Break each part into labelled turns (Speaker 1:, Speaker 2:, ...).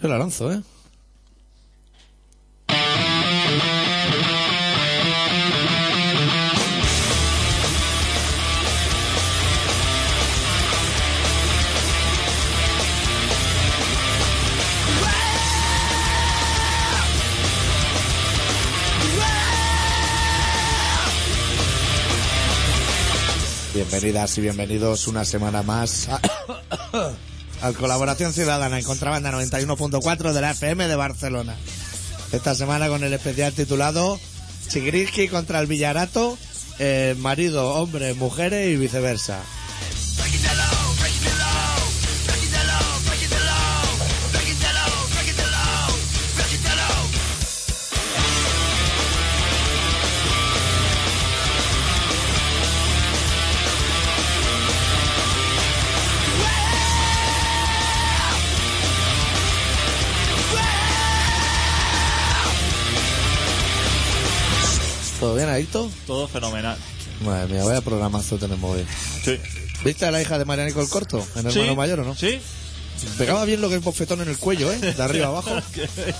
Speaker 1: Yo la lanzo, ¿eh?
Speaker 2: Bienvenidas y bienvenidos una semana más a, a Colaboración Ciudadana en Contrabanda 91.4 de la FM de Barcelona. Esta semana con el especial titulado Chigriski contra el Villarato, eh, marido, hombres, mujeres y viceversa. ¿Todo bien, Adicto?
Speaker 3: Todo fenomenal.
Speaker 2: Madre mía, vaya programazo tenemos hoy.
Speaker 3: Sí.
Speaker 2: ¿Viste a la hija de Marianico el Corto? En el hermano mayor, ¿o no?
Speaker 3: Sí.
Speaker 2: Pegaba bien lo que es bofetón en el cuello, ¿eh? De arriba abajo.
Speaker 3: qué, qué-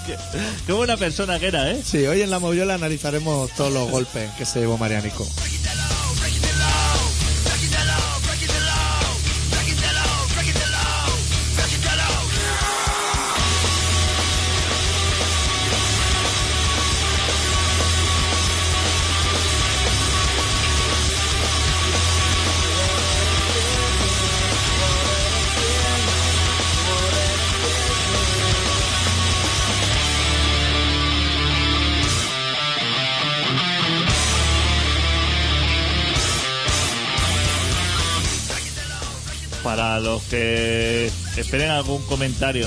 Speaker 3: qué buena persona que era, ¿eh?
Speaker 2: Sí, hoy en la moviola analizaremos todos los golpes que se llevó Marianico.
Speaker 3: Para los que esperen algún comentario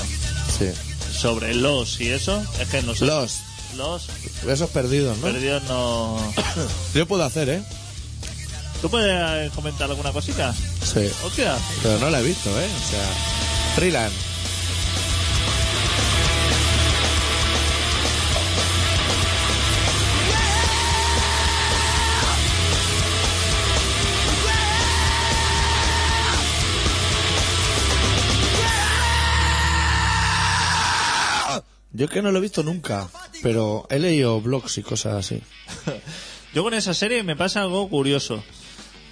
Speaker 2: Sí.
Speaker 3: sobre los y eso, es que nosotros...
Speaker 2: Los
Speaker 3: Los
Speaker 2: besos perdidos, ¿no?
Speaker 3: perdidos no...
Speaker 2: Yo puedo hacer, ¿eh?
Speaker 3: ¿Tú puedes comentar alguna cosita?
Speaker 2: Sí.
Speaker 3: Hostia.
Speaker 2: Pero no la he visto, ¿eh? O sea, Freeland. Yo es que no lo he visto nunca, pero he leído blogs y cosas así.
Speaker 3: Yo con esa serie me pasa algo curioso.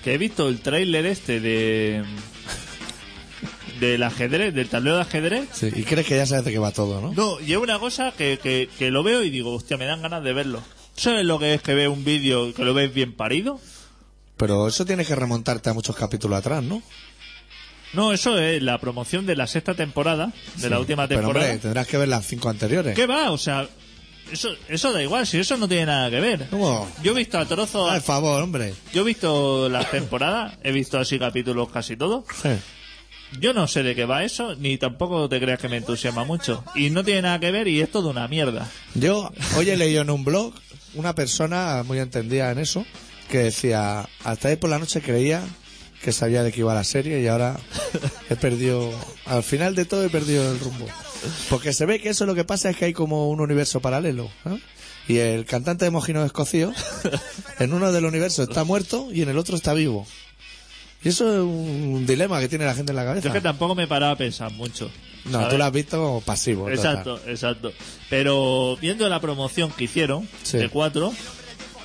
Speaker 3: Que he visto el tráiler este de... Del ajedrez, del tablero de ajedrez.
Speaker 2: Sí, y crees que ya sabes de qué va todo, ¿no?
Speaker 3: No, y es una cosa que, que, que lo veo y digo, hostia, me dan ganas de verlo. ¿Sabes lo que es que ve un vídeo y que lo ves bien parido?
Speaker 2: Pero eso tienes que remontarte a muchos capítulos atrás, ¿no?
Speaker 3: No, eso es la promoción de la sexta temporada, de la última
Speaker 2: Pero
Speaker 3: temporada.
Speaker 2: hombre, tendrás que ver las cinco anteriores.
Speaker 3: ¿Qué va? O sea, eso, eso da igual, si eso no tiene nada que ver.
Speaker 2: ¿Cómo? Ah,
Speaker 3: Yo he visto a trozos,
Speaker 2: Por favor, hombre.
Speaker 3: yo he visto las temporadas, he visto así capítulos casi todos. Yo no sé de qué va eso, ni tampoco te creas que me entusiasma mucho. Y no tiene nada que ver y es todo una mierda.
Speaker 2: Yo hoy he leído en un blog una persona muy entendida en eso que decía, hasta ahí por la noche creía que sabía de qué iba la serie y ahora he perdido, al final de todo he perdido el rumbo. Porque se ve que eso lo que pasa es que hay como un universo paralelo. ¿no? Y el cantante de Mojino Escocío, en uno del universo está muerto y en el otro está vivo. Y eso es un dilema que tiene la gente en la
Speaker 3: Yo
Speaker 2: cabeza.
Speaker 3: es que tampoco me paraba a pensar mucho.
Speaker 2: Ah. No, tú
Speaker 3: ¿sabes?
Speaker 2: lo has visto como pasivo. total.
Speaker 3: Exacto, exacto. Pero viendo la promoción que hicieron
Speaker 2: Sí.
Speaker 3: de 4,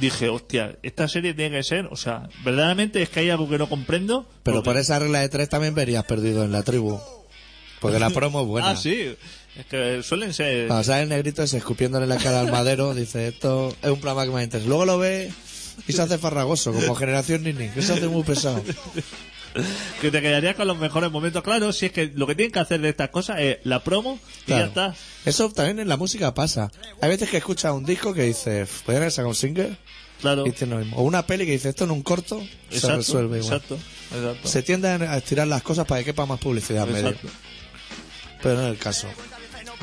Speaker 3: dije, hostia, esta serie tiene que ser, o sea, verdaderamente es que hay algo que no comprendo.
Speaker 2: Pero
Speaker 3: porque-
Speaker 2: por esa regla de tres también verías perdido en la tribu. Porque la promo es buena. Ah.
Speaker 3: Ah, sí. Es que suelen ser...
Speaker 2: Cuando sale el negrito es escupiéndole la cara al madero, dice, esto es un programa que me interesa. Luego lo ve y se hace farragoso, como generación Nini, que se hace muy pesado.
Speaker 3: Que te quedarías con los mejores momentos. Claro, si es que lo que tienen que hacer de estas cosas es la promo y
Speaker 2: Claro.
Speaker 3: ya está.
Speaker 2: Eso también en la música pasa. Hay veces que escuchas un disco que dices, podrían haber sacado un single
Speaker 3: Claro.
Speaker 2: y dices lo mismo. O una peli que dice, esto en un corto se
Speaker 3: Exacto,
Speaker 2: resuelve igual.
Speaker 3: Exacto, exacto.
Speaker 2: Se tienden a estirar las cosas para que quepa más publicidad al medio.
Speaker 3: Exacto.
Speaker 2: Pero no es el caso.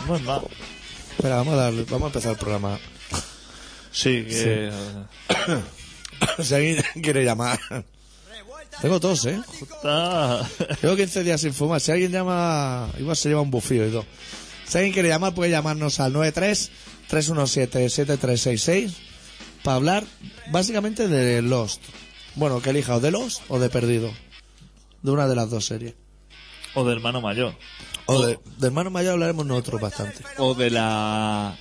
Speaker 3: No es malo.
Speaker 2: Espera, vamos a, darle- vamos a empezar el programa.
Speaker 3: Sí, que...
Speaker 2: Si alguien quiere llamar. Tengo tos, ¿eh?
Speaker 3: Ah,
Speaker 2: Llevo 15 días sin fumar. Si alguien llama, igual se lleva un bufío y todo. Si alguien quiere llamar, puede llamarnos al 93-317-7366 para hablar básicamente de Lost. Bueno, que elija o de Lost o de Perdido. De una de las dos series.
Speaker 3: o de hermano mayor.
Speaker 2: O de, de hermano mayor hablaremos nosotros bastante.
Speaker 3: o de la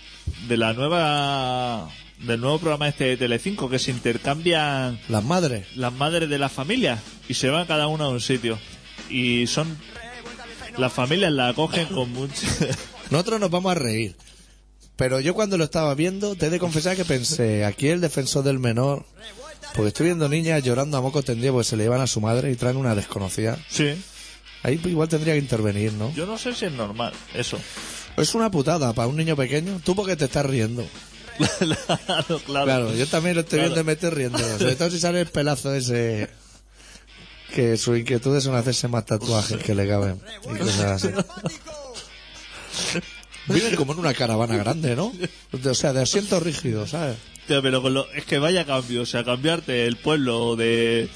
Speaker 3: de la nueva del nuevo programa este de Telecinco que se intercambian
Speaker 2: Las madres.
Speaker 3: las madres de las familias y se van cada una a un sitio y son las familias la acogen con mucho
Speaker 2: Nosotros nos vamos a reír. Pero yo cuando lo estaba viendo, te he de confesar que pensé, aquí el defensor del menor, porque estoy viendo niñas llorando a moco tendido porque se le llevan a su madre y traen una desconocida.
Speaker 3: sí
Speaker 2: Ahí pues igual tendría que intervenir, ¿no?
Speaker 3: yo no sé si es normal eso
Speaker 2: Es una putada para un niño pequeño. Tú porque te estás riendo.
Speaker 3: claro, claro.
Speaker 2: Claro, yo también lo estoy
Speaker 3: Claro.
Speaker 2: viendo y me estoy riendo. Sobre todo si sale el pelazo ese... Que sus inquietudes son hacerse más tatuajes que le caben. Y cosas así. Viven como en una caravana grande, ¿no? O sea, de asientos rígidos, ¿sabes?
Speaker 3: Tío, pero con lo- es que vaya cambio o sea cambiarte el pueblo de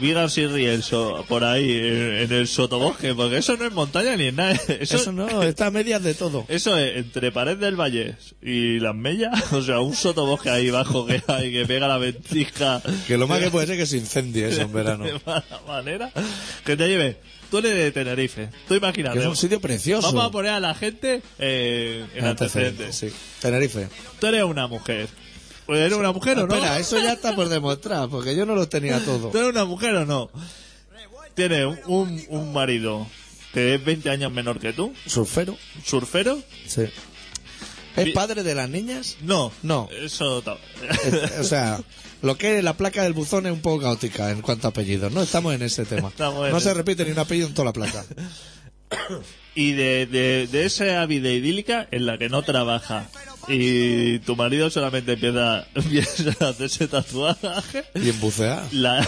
Speaker 3: Vigas y Rienso por ahí en, en el sotobosque porque eso no es montaña ni es nada eso,
Speaker 2: Eso no, está a medias de todo.
Speaker 3: Eso es, entre Pared del Valle y Las Mellas, o sea, un sotobosque ahí bajo que hay que pega la ventisca
Speaker 2: Que lo más que puede ser que se incendie eso en verano.
Speaker 3: de mala manera. Que te lleve. Tú eres de Tenerife, tú
Speaker 2: Que
Speaker 3: imagínate.
Speaker 2: es un sitio precioso.
Speaker 3: Vamos a poner a la gente eh, en antecedentes.
Speaker 2: Sí. Tenerife.
Speaker 3: Tú eres una mujer. Pues, ¿Eres una mujer o no?
Speaker 2: Espera, eso ya está por demostrar, porque yo no lo tenía todo.
Speaker 3: ¿Tú eres una mujer o no? Tienes un, un marido que es 20 años menor que tú,
Speaker 2: ¿Surfero?
Speaker 3: surfero.
Speaker 2: Sí. ¿Es padre de las niñas?
Speaker 3: No,
Speaker 2: No.
Speaker 3: Eso. ta-
Speaker 2: Eh, O sea, lo que es la placa del buzón es un poco caótica en cuanto a apellidos, ¿no? Estamos en ese tema.
Speaker 3: Estamos en
Speaker 2: no se
Speaker 3: ese.
Speaker 2: repite ni un apellido en toda la placa.
Speaker 3: Y de, de, de esa vida idílica en la que no trabaja y tu marido solamente empieza, empieza a hacerse tatuaje,
Speaker 2: Y en bucear.
Speaker 3: la,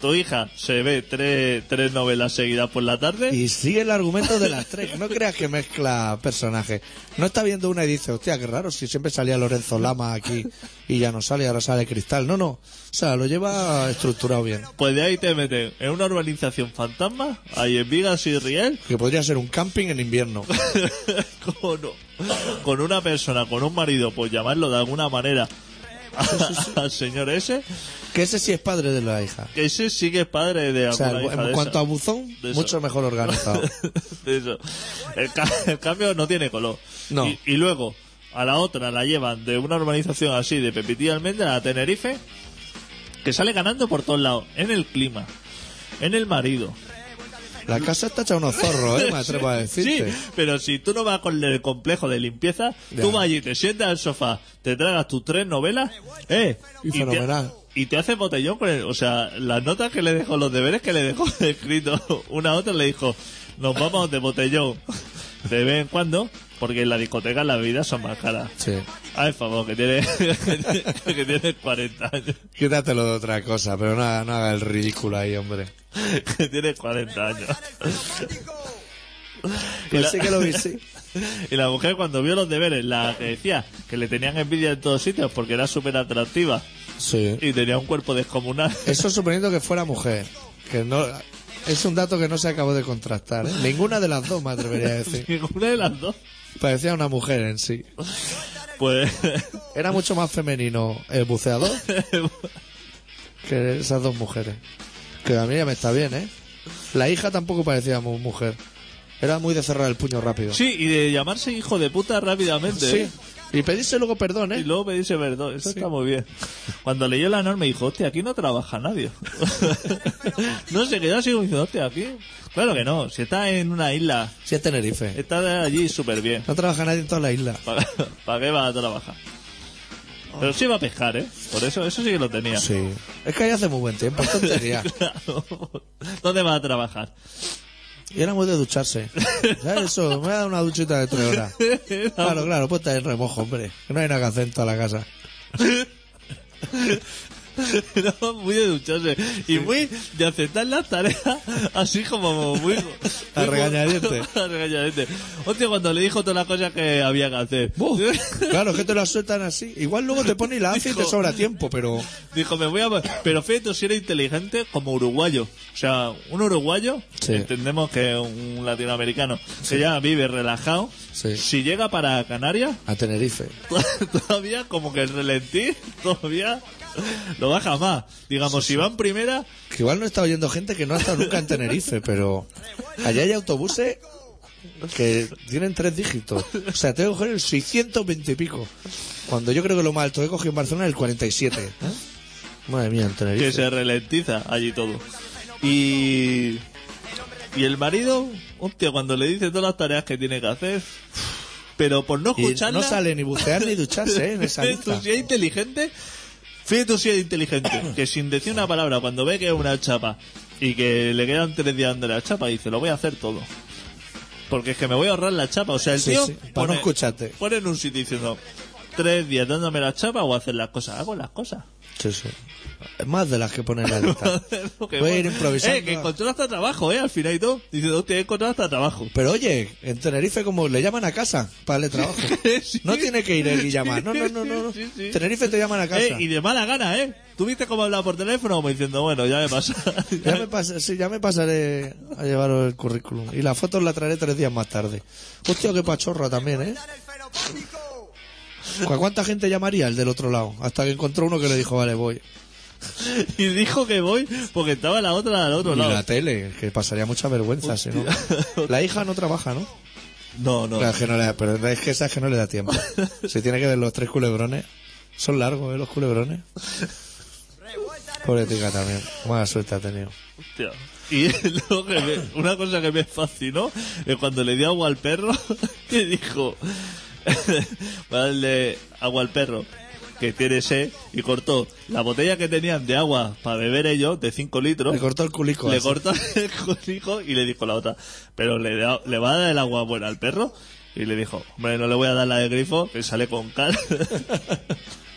Speaker 3: tu hija se ve tres, tres novelas seguidas por la tarde.
Speaker 2: Y sigue el argumento de las tres. No creas que mezcla personajes. No está viendo una y dice, hostia, qué raro, si siempre salía Lorenzo Lama aquí y ya no sale, ahora sale Cristal. No, no. O sea, lo lleva estructurado bien.
Speaker 3: Pues de ahí te meten en una urbanización fantasma, ahí en Vigas y Riel,
Speaker 2: Que podría ser un camping en invierno.
Speaker 3: con, con una persona, con un marido, por llamarlo de alguna manera al señor ese,
Speaker 2: Que ese sí es padre de la hija.
Speaker 3: que ese sí que es padre de
Speaker 2: O sea,
Speaker 3: alguna hija
Speaker 2: en
Speaker 3: de
Speaker 2: cuanto
Speaker 3: esa.
Speaker 2: a buzón,
Speaker 3: de esa.
Speaker 2: mucho mejor organizado.
Speaker 3: Eso. El, ca- el cambio no tiene color.
Speaker 2: No.
Speaker 3: Y, y luego, a la otra la llevan de una urbanización así, de Pepitilla Almendra a Tenerife, que sale ganando por todos lados. En el clima, en el marido.
Speaker 2: La casa está hecha unos zorros, ¿eh? Me atrevo a
Speaker 3: Sí,
Speaker 2: decirte.
Speaker 3: pero si tú no vas con el complejo de limpieza,
Speaker 2: Ya.
Speaker 3: tú vas allí, te sientas al sofá, te tragas tus tres novelas, eh,
Speaker 2: Y
Speaker 3: te-
Speaker 2: fenomenal.
Speaker 3: y te hace botellón con el- o sea, las notas que le dejó, los deberes que le dejó escrito una a otra le dijo, nos vamos de botellón de vez en cuando, porque en la discoteca las bebidas son más caras.
Speaker 2: Sí.
Speaker 3: Ay, favor, que tienes, que tienes 40 años,
Speaker 2: Quítatelo de otra cosa, pero no, haga- no haga el ridículo ahí, hombre.
Speaker 3: que tienes 40 años. Y
Speaker 2: Pues
Speaker 3: la-
Speaker 2: sí que lo vi, sí.
Speaker 3: Y la mujer cuando vio los deberes, la que decía que le tenían envidia en todos sitios porque era súper atractiva
Speaker 2: Sí.
Speaker 3: y tenía un cuerpo descomunal.
Speaker 2: Eso suponiendo que fuera mujer. Que no. Es un dato que no se acabó de contrastar. ¿eh? Ninguna de las dos me atrevería a decir.
Speaker 3: Ninguna de las dos.
Speaker 2: Parecía una mujer en sí.
Speaker 3: Pues
Speaker 2: Era mucho más femenino el buceador que esas dos mujeres. Que a mí ya me está bien, ¿eh? La hija tampoco parecía muy mujer. Era muy de cerrar el puño rápido.
Speaker 3: sí, y de llamarse hijo de puta rápidamente.
Speaker 2: Sí.
Speaker 3: ¿eh?
Speaker 2: Y pedirse luego perdón,
Speaker 3: Y
Speaker 2: ¿eh?
Speaker 3: luego me dice perdón, eso está muy bien. Cuando leyó la norma dijo, hostia, aquí no trabaja nadie. no se quedó así como diciendo, hostia, aquí. Claro que no, si está en una isla,
Speaker 2: Si es Tenerife.
Speaker 3: está allí súper bien.
Speaker 2: No trabaja nadie en toda la isla.
Speaker 3: ¿Para, para qué va a trabajar? Pero sí va a pescar, ¿eh? Por eso, eso sí que lo tenía.
Speaker 2: Sí. Es que ahí hace muy buen tiempo, es tontería.
Speaker 3: Claro. ¿Dónde vas a trabajar?
Speaker 2: Y era muy de ducharse. ¿Sabes eso? Me ha dado una duchita de tres horas. Claro, claro, pues está en remojo, hombre. Que no hay nada que hacer en toda la casa.
Speaker 3: No, muy de ducharse. Y muy de aceptar las tareas, así como muy... muy-
Speaker 2: A regañadientes.
Speaker 3: A regañadientes. Hostia, cuando le dijo todas las cosas que había que hacer.
Speaker 2: Claro, es que te la sueltan así. Igual luego te pone y la hace y te
Speaker 3: Hijo.
Speaker 2: sobra tiempo, pero.
Speaker 3: Dijo, me voy a... Pero fíjate, tú si eres inteligente como uruguayo. O sea, un uruguayo,
Speaker 2: Sí.
Speaker 3: entendemos que un latinoamericano, que ya vive relajado,
Speaker 2: Sí.
Speaker 3: si llega para Canarias,
Speaker 2: A Tenerife.
Speaker 3: todavía como que el relentí todavía lo baja más. Digamos, si va en primera,
Speaker 2: Que igual no está oyendo gente que no ha estado nunca en Tenerife, pero. Allá hay autobuses que tienen tres dígitos. O sea, tengo que coger el 620 y pico. Cuando yo creo que lo más alto que he cogido en Barcelona es el 47. ¿eh? Madre mía, en Tenerife.
Speaker 3: que se ralentiza allí todo. Y. Y el marido, hostia, cuando le dice todas las tareas que tiene que hacer, pero por no
Speaker 2: Y
Speaker 3: escucharla.
Speaker 2: no sale ni bucear ni ducharse, ¿eh? En esa
Speaker 3: Fíjate
Speaker 2: lista.
Speaker 3: tú si es inteligente, fíjate tú si es inteligente, que sin decir una palabra, cuando ve que es una chapa y que le quedan tres días de la chapa, dice, lo voy a hacer todo. Porque es que me voy a ahorrar la chapa. O sea, el
Speaker 2: Sí,
Speaker 3: tío
Speaker 2: sí, para no escucharte.
Speaker 3: pone en un sitio diciendo, tres días dándome la chapa o hacer las cosas. Hago las cosas.
Speaker 2: Sí, sí. Más de las que pone en la lista. Voy
Speaker 3: Que
Speaker 2: a
Speaker 3: bueno.
Speaker 2: ir improvisando.
Speaker 3: Eh, que encontró hasta trabajo, eh, al final y todo. Dice, hostia, he encontrado hasta trabajo.
Speaker 2: Pero oye, en Tenerife como le llaman a casa para darle trabajo.
Speaker 3: Sí.
Speaker 2: No tiene que ir él y llamar. No, no, no, no. no.
Speaker 3: Sí, sí.
Speaker 2: Tenerife te llaman a casa.
Speaker 3: Eh, y de mala gana, eh. ¿Tuviste cómo hablaba por teléfono? Como diciendo, bueno, ya me pasa.
Speaker 2: Ya me, pas- sí, ya me pasaré a llevaros el currículum. Y las fotos las traeré tres días más tarde. Hostia, qué pachorra también, ¿eh? ¿A cuánta gente llamaría el del otro lado? Hasta que encontró uno que le dijo, vale, voy.
Speaker 3: Y dijo que voy porque estaba la otra al otro
Speaker 2: Y
Speaker 3: lado.
Speaker 2: la tele, que pasaría mucha vergüenza, si ¿no? La hija no trabaja, ¿no?
Speaker 3: No, no.
Speaker 2: Claro, que no le da- pero es que esa es que no le da tiempo. Se tiene que ver los tres culebrones. Son largos, ¿eh? Los culebrones. Pobre tica también. Mala suerte ha tenido.
Speaker 3: Hostia. Y lo que me- una cosa que me fascinó es cuando le di agua al perro, que dijo, "Voy a darle agua al perro, que tiene sed, y cortó la botella que tenían de agua para beber ellos, de 5 litros,
Speaker 2: Le cortó el culico.
Speaker 3: le
Speaker 2: así.
Speaker 3: cortó el conejo y le dijo la otra, pero le, da- le va a dar el agua buena al perro. Y le dijo, hombre, no le voy a dar la de grifo, que sale con cal.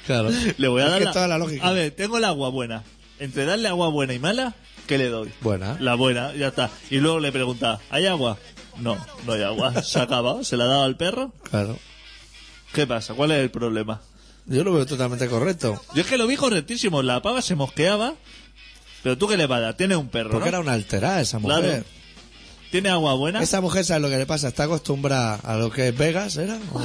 Speaker 2: Claro.
Speaker 3: le voy a
Speaker 2: Es
Speaker 3: dar
Speaker 2: que toda la lógica.
Speaker 3: A ver, tengo el agua buena. Entre darle agua buena y mala, ¿qué le doy?
Speaker 2: Buena.
Speaker 3: La buena, ya está. Y luego le pregunta, ¿hay agua? No, no hay agua. Se ha acabado, se la ha dado al perro.
Speaker 2: Claro.
Speaker 3: ¿Qué pasa? ¿Cuál es el problema?
Speaker 2: Yo lo veo totalmente correcto.
Speaker 3: Yo es que lo vi correctísimo. La pava se mosqueaba. Pero tú qué le vas a dar? Tiene un perro,
Speaker 2: Porque
Speaker 3: ¿no?
Speaker 2: era una alterada esa mujer.
Speaker 3: Claro. Tiene agua buena.
Speaker 2: Esa mujer sabe lo que le pasa, está acostumbrada a lo que es Vegas, ¿era? ¿O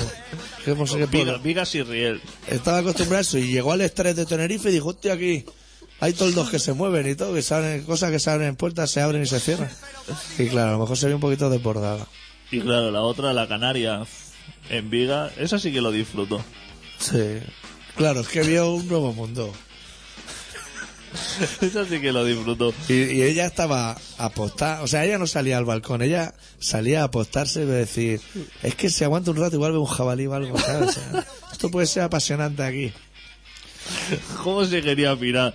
Speaker 2: qué hemos- qué pueblo?
Speaker 3: Vigas, Vigas y Riel.
Speaker 2: Estaba acostumbrada a eso y llegó al estrés de Tenerife y dijo, hostia, aquí hay toldos que se mueven y todo, que se abren- cosas que se abren en puertas, se abren y se cierran. Y claro, a lo mejor se vio un poquito desbordada.
Speaker 3: Y claro, la otra, la Canaria. En Vigas. Esa sí que lo disfruto.
Speaker 2: Sí. Claro, es que vio un nuevo mundo.
Speaker 3: Esa sí que lo disfruto.
Speaker 2: Y, y ella estaba apostada, o sea, ella no salía al balcón, ella salía a apostarse y decir, es que si aguanto un rato igual veo un jabalí o algo, ¿sabes? O sea, esto puede ser apasionante aquí.
Speaker 3: ¿Cómo se quería mirar?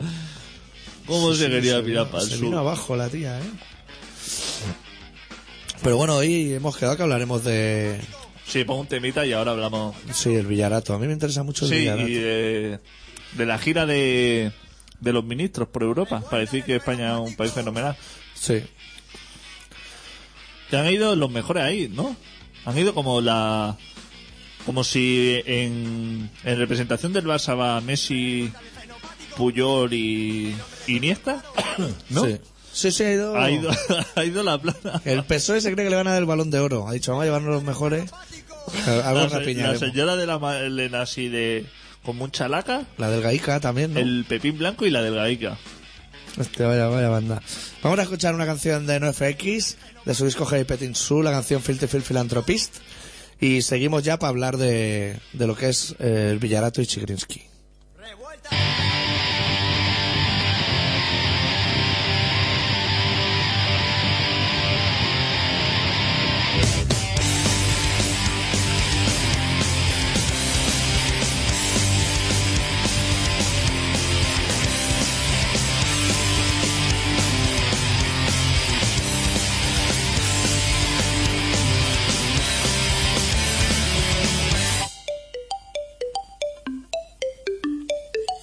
Speaker 3: ¿Cómo se quería
Speaker 2: vino-
Speaker 3: mirar para el
Speaker 2: se
Speaker 3: sur?
Speaker 2: vino abajo la tía, ¿eh? Pero bueno, hoy hemos quedado que hablaremos de...
Speaker 3: Sí, pon un temita y ahora hablamos.
Speaker 2: Sí, el Villarato. A mí me interesa mucho el
Speaker 3: Sí,
Speaker 2: Villarato.
Speaker 3: y de, de la gira de, de los ministros por Europa, para decir que España es un país fenomenal.
Speaker 2: Sí.
Speaker 3: Que han ido los mejores ahí, ¿no? Han ido como la... Como si en, en representación del Barça va Messi, Puyol y y Iniesta, ¿no?
Speaker 2: Sí. Sí, sí, ha ido...
Speaker 3: Ha ido, ha ido la plana.
Speaker 2: El PSOE E se cree que le van a dar el balón de oro. Ha dicho, vamos a llevarnos los mejores. Algo
Speaker 3: La, se- la
Speaker 2: rapiñaremos.
Speaker 3: señora de la Magdalena así de... Con mucha laca,
Speaker 2: La del Gaica también, ¿no?
Speaker 3: el Pepín Blanco y la del Gaica.
Speaker 2: Hostia, vaya, vaya banda. Vamos a escuchar una canción de NoFX, de su disco Hey Petting Zoo, la canción Filthy Phil Philanthropist. Y seguimos ya para hablar de, de lo que es eh, el Villarato y Chigrinsky.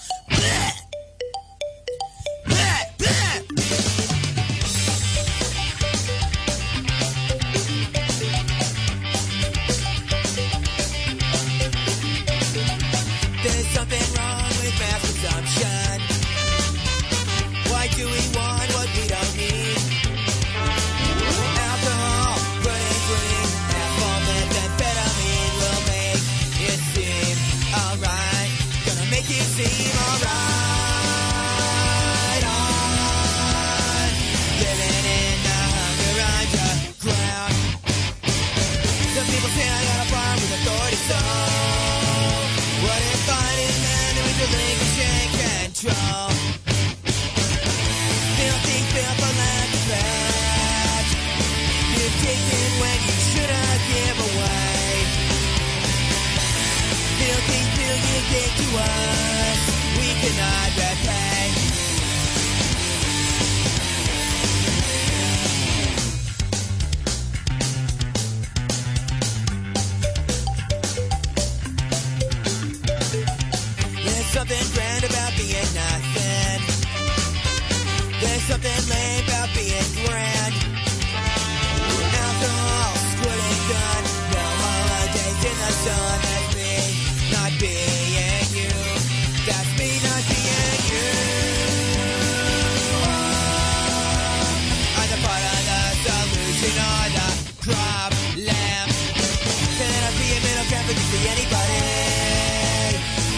Speaker 1: We
Speaker 4: son as me, not being you. That's me not being you. I'm the part of the solution or the problem. Can I be a middle ground for just anybody?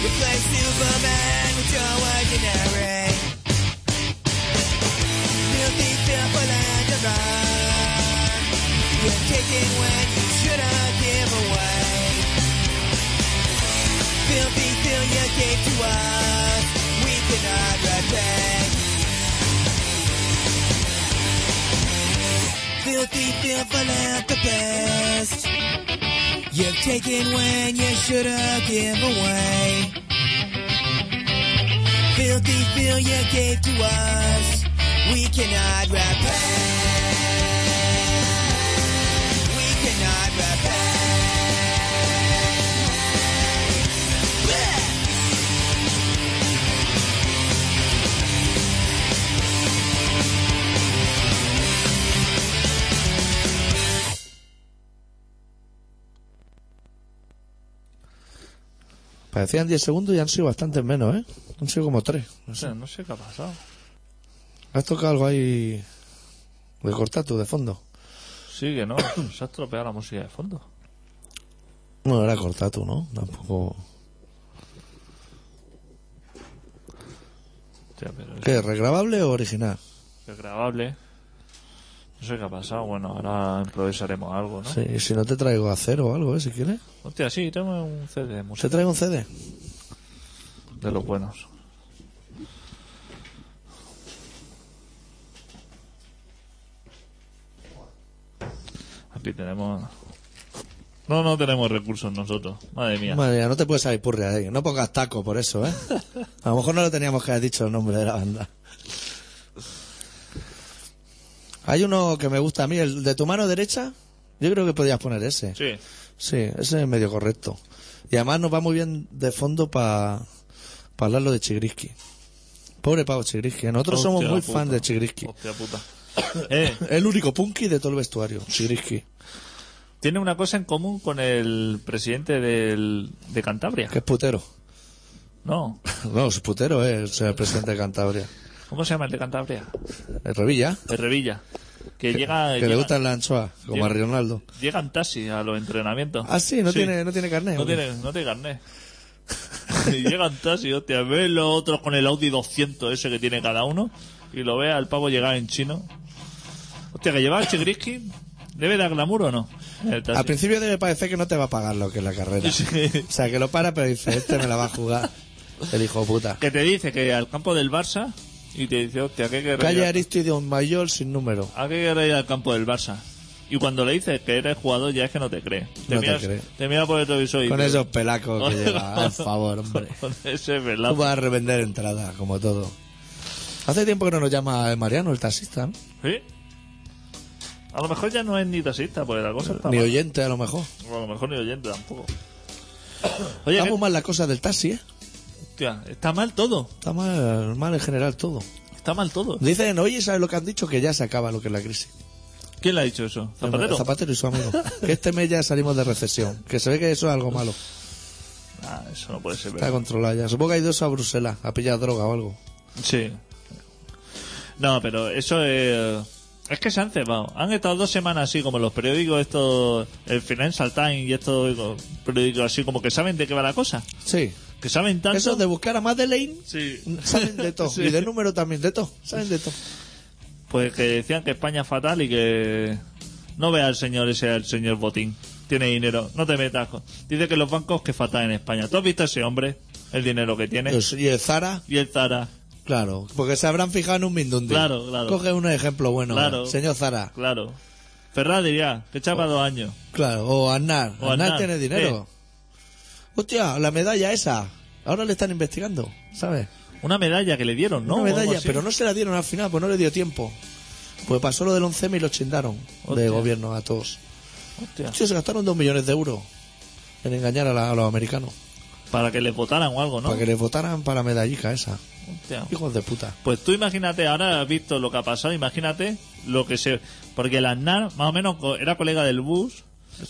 Speaker 4: Replace Superman with your ordinary. Filthy, simple, and divine. You're taking when you should have give away. Filthy still you gave to us. We cannot repay. Filthy, filthy philanthropist. You've taken when you should have give away. Filthy bill you gave to us. We cannot repay. We cannot repay. Blech!
Speaker 2: Parecían 10 segundos y han sido bastantes menos, ¿eh? Han sido como 3.
Speaker 3: No sé, no sé qué ha pasado.
Speaker 2: ¿Has tocado algo ahí de cortato, de fondo?
Speaker 3: Sí, que no. Se ha estropeado la música de fondo.
Speaker 2: No, era cortato, ¿no? Tampoco...
Speaker 3: Hostia, pero es
Speaker 2: ¿Qué? ¿Regrabable o original?
Speaker 3: grabable. No sé qué ha pasado. Bueno, ahora improvisaremos algo, ¿no?
Speaker 2: Sí, y si no te traigo a cero o algo, ¿eh? Si quieres.
Speaker 3: Hostia, sí, tengo un CD de
Speaker 2: ¿Se
Speaker 3: música
Speaker 2: traigo un CD?
Speaker 3: de los buenos. Aquí tenemos... No, no tenemos recursos nosotros. Madre mía.
Speaker 2: Madre mía, no te puedes salir purria de ahí. No pongas taco por eso, ¿eh? A lo mejor no le teníamos que haber dicho el nombre de la banda. Hay uno que me gusta a mí, el de tu mano derecha. Yo creo que podías poner ese.
Speaker 3: Sí.
Speaker 2: Sí, ese es el medio correcto. Y además nos va muy bien de fondo para hablarlo de Chigriski. Pobre Pavo Chigriski. ¿eh? Nosotros somos
Speaker 3: Hostia
Speaker 2: muy
Speaker 3: puta.
Speaker 2: fans de Chigriski.
Speaker 3: Hostia puta. Eh,
Speaker 2: El único punky de todo el vestuario, Chigriski.
Speaker 3: tiene una cosa en común con el presidente del, de Cantabria.
Speaker 2: Que es putero.
Speaker 3: No.
Speaker 2: No, es putero, ¿eh? es el presidente de Cantabria.
Speaker 3: ¿Cómo se llama el de Cantabria?
Speaker 2: El Revilla,
Speaker 3: El Revilla. Que, llega,
Speaker 2: que le
Speaker 3: llega-
Speaker 2: gustan las anchoas, como a
Speaker 3: llega-
Speaker 2: Ronaldo.
Speaker 3: llega en taxi a los entrenamientos.
Speaker 2: Ah, sí, no, Tiene, no tiene carnet.
Speaker 3: No
Speaker 2: hombre.
Speaker 3: tiene, no tiene carnet. y llega en taxi, hostia. Ves los otros con el Audi 200 ese que tiene cada uno. Y lo ve al pavo llegar en chino. Hostia, que lleva el Chigriski. ¿Debe dar glamour o no? En el taxi.
Speaker 2: Al principio debe parecer que no te va a pagar lo que es la carrera.
Speaker 3: Sí.
Speaker 2: O sea, que lo para, pero dice, este me la va a jugar. El hijo de puta.
Speaker 3: Que te dice que al campo del Barça. Y te dice, hostia, ¿qué querréis?
Speaker 2: Calle Aristides un mayor sin número.
Speaker 3: ¿A qué querés ir al campo del Barça? Y cuando le dices que eres jugador, ya es que no te cree. Te,
Speaker 2: No te
Speaker 3: miras-
Speaker 2: cree.
Speaker 3: te mira por el televisor y
Speaker 2: Con
Speaker 3: te-
Speaker 2: esos pelacos que lleva, ah, por favor, hombre.
Speaker 3: Con ese
Speaker 2: Tú
Speaker 3: velazo.
Speaker 2: vas a revender entradas, como todo. Hace tiempo que no nos llama el Mariano, el taxista, ¿eh? ¿no?
Speaker 3: ¿Sí? A lo mejor ya no es ni taxista, porque la cosa está
Speaker 2: Ni
Speaker 3: mal.
Speaker 2: oyente, a lo mejor.
Speaker 3: O a lo mejor ni oyente tampoco. Oye,
Speaker 2: Está muy mal la cosa del taxi, ¿eh?
Speaker 3: que- hostia, está mal todo.
Speaker 2: Está mal, mal en general todo.
Speaker 3: Está mal todo.
Speaker 2: Dicen, oye, ¿sabes lo que han dicho? Que ya se acaba lo que es la crisis.
Speaker 3: ¿Quién le ha dicho eso? ¿Zapatero?
Speaker 2: y su amigo. Que este mes ya salimos de recesión. Que se ve que eso es algo malo.
Speaker 3: Ah, eso no puede ser
Speaker 2: Está
Speaker 3: verdad.
Speaker 2: controlado ya. Supongo que ha ido eso a Bruselas a pillar droga o algo.
Speaker 3: Sí. No, pero eso es... Es que se han cebado. Han estado dos semanas así, como los periódicos estos... El Financial Times y estos periódicos así, como que saben de qué va la cosa.
Speaker 2: Sí.
Speaker 3: Que saben tanto...
Speaker 2: Eso de buscar a Madeleine,
Speaker 3: Sí.
Speaker 2: saben de todo.
Speaker 3: Sí.
Speaker 2: Y de número también, de todo. Saben de todo.
Speaker 3: Pues que decían que España es fatal y que no vea al señor ese, al señor Botín. Tiene dinero, no te metas. con- Dice que los bancos que fatal en España. ¿Tú has visto a ese hombre? El dinero que tiene.
Speaker 2: Y el Zara,
Speaker 3: Y el Zara.
Speaker 2: claro. Porque se habrán fijado en un Mindundi.
Speaker 3: Claro, claro.
Speaker 2: Coge un ejemplo bueno.
Speaker 3: Claro.
Speaker 2: Señor Zara.
Speaker 3: Claro. Ferraz diría, que echaba dos años.
Speaker 2: Claro. O Aznar.
Speaker 3: O
Speaker 2: Aznar
Speaker 3: Aznar,
Speaker 2: tiene dinero. Hostia, la medalla esa. Ahora le están investigando, ¿sabes?
Speaker 3: Una medalla que le dieron, ¿no?
Speaker 2: Una
Speaker 3: O algo
Speaker 2: medalla,
Speaker 3: así.
Speaker 2: pero no se la dieron al final, pues no le dio tiempo. Pues pasó lo del 11 y lo chindaron
Speaker 3: Hostia.
Speaker 2: de gobierno a todos.
Speaker 3: Hostia.
Speaker 2: Tío, se gastaron 2 millones de euros en engañar a, la- a los americanos.
Speaker 3: Para que le votaran o algo, ¿no?
Speaker 2: Para que les votaran para medallica esa.
Speaker 3: Hostia.
Speaker 2: Hijos de puta.
Speaker 3: Pues tú imagínate, ahora has visto lo que ha pasado, imagínate lo que se... Porque el Aznar, más o menos, co- era colega del Bush.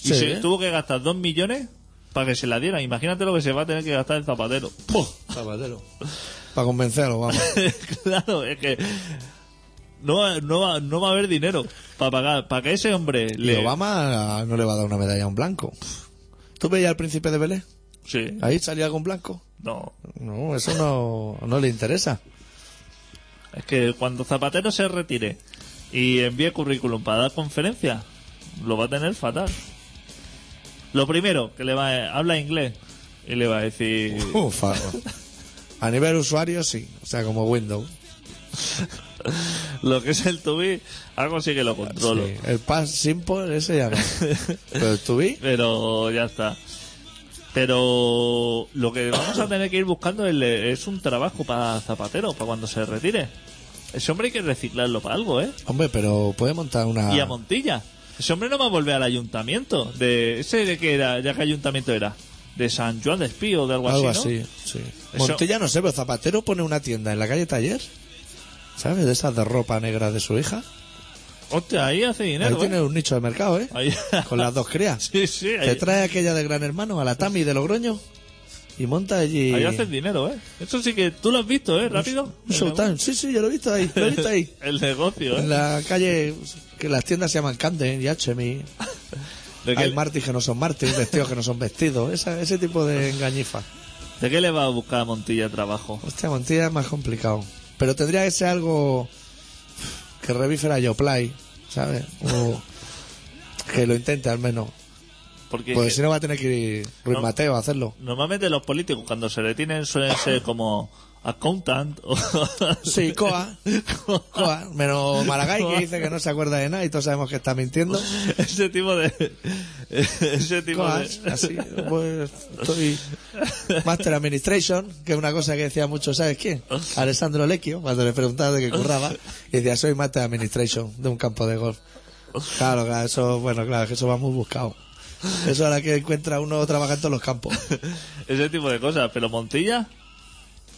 Speaker 3: Y
Speaker 2: Sí.
Speaker 3: se tuvo que gastar dos millones para que se la dieran. Imagínate lo que se va a tener que gastar el zapatero. ¡Puh!
Speaker 2: Zapatero. Para convencerlo, vamos.
Speaker 3: claro, es que no, va- no, va, no va a haber dinero para pagar. Para que ese hombre
Speaker 2: Y
Speaker 3: le...
Speaker 2: Obama no le va a dar una medalla a un blanco. ¿Tú veías al príncipe de Belén?
Speaker 3: Sí,
Speaker 2: Ahí salía con blanco.
Speaker 3: no.
Speaker 2: No, eso no, no le interesa.
Speaker 3: Es que cuando Zapatero se retire y envíe currículum para dar conferencias, lo va a tener fatal. Lo primero, que le va a... Habla inglés. Y le va a decir...
Speaker 2: Ufa. A nivel usuario, sí. O sea, como Windows.
Speaker 3: Lo que es el tubi, algo sí que lo controlo.
Speaker 2: Sí, El pass simple, ese ya no. Pero el to be,
Speaker 3: Pero ya está. Pero lo que vamos a tener que ir buscando es, es un trabajo para Zapatero, para cuando se retire. Ese hombre hay que reciclarlo para algo, ¿eh?
Speaker 2: Hombre, pero puede montar una.
Speaker 3: Y a Montilla. Ese hombre no va a volver al ayuntamiento. De ese de que era, ya que ayuntamiento era. De San Juan de Espí o de algo,
Speaker 2: Algo
Speaker 3: así. ¿no?
Speaker 2: así, sí.
Speaker 3: Eso-
Speaker 2: Montilla no sé, pero Zapatero pone una tienda en la calle Taller. ¿Sabes? De esas de ropa negra de su hija.
Speaker 3: Hostia, ahí hace
Speaker 2: Ahí
Speaker 3: dinero. ¿eh?
Speaker 2: tiene un nicho de mercado, ¿eh?
Speaker 3: Ahí-
Speaker 2: Con las dos crías.
Speaker 3: sí, sí,
Speaker 2: Te
Speaker 3: ahí,
Speaker 2: trae aquella de Gran Hermano, a la Tami de Logroño. Y monta allí.
Speaker 3: ahí hacen dinero, ¿eh? Eso sí que tú lo has visto, ¿eh? Rápido.
Speaker 2: Un showtime. Sí, sí, yo lo he visto ahí. Lo he visto ahí.
Speaker 3: El negocio,
Speaker 2: En
Speaker 3: ¿eh?
Speaker 2: la calle, que las tiendas se llaman Canden y HMI.
Speaker 3: De
Speaker 2: Hay
Speaker 3: que-
Speaker 2: martis que no son martis, vestidos que no son vestidos. Esa- ese tipo de engañifa.
Speaker 3: ¿De qué le va a buscar a Montilla trabajo?
Speaker 2: Hostia, Montilla es más complicado. Pero tendría que ser algo que revifera Yoplay, ¿sabes? O que lo intente al menos.
Speaker 3: Porque
Speaker 2: Porque si no va a tener que ir Ruiz
Speaker 3: No.
Speaker 2: Mateo a hacerlo.
Speaker 3: normalmente los políticos cuando se detienen suelen ser como accountant o...
Speaker 2: Sí, Coa. Coa. Menos Maragall que dice que no se acuerda de nada y todos sabemos que está mintiendo.
Speaker 3: ese tipo de... ese tipo
Speaker 2: Coas,
Speaker 3: de...
Speaker 2: así. Pues estoy. Master Administration, que es una cosa que decía mucho, ¿sabes quién? Alessandro Lecchio, cuando le preguntaba de qué curraba, y decía, soy Master Administration de un campo de golf. Claro, claro, eso, bueno, claro, que eso va muy buscado. Eso ahora que encuentra uno trabaja en todos los campos.
Speaker 3: ese tipo de cosas. Pero Montilla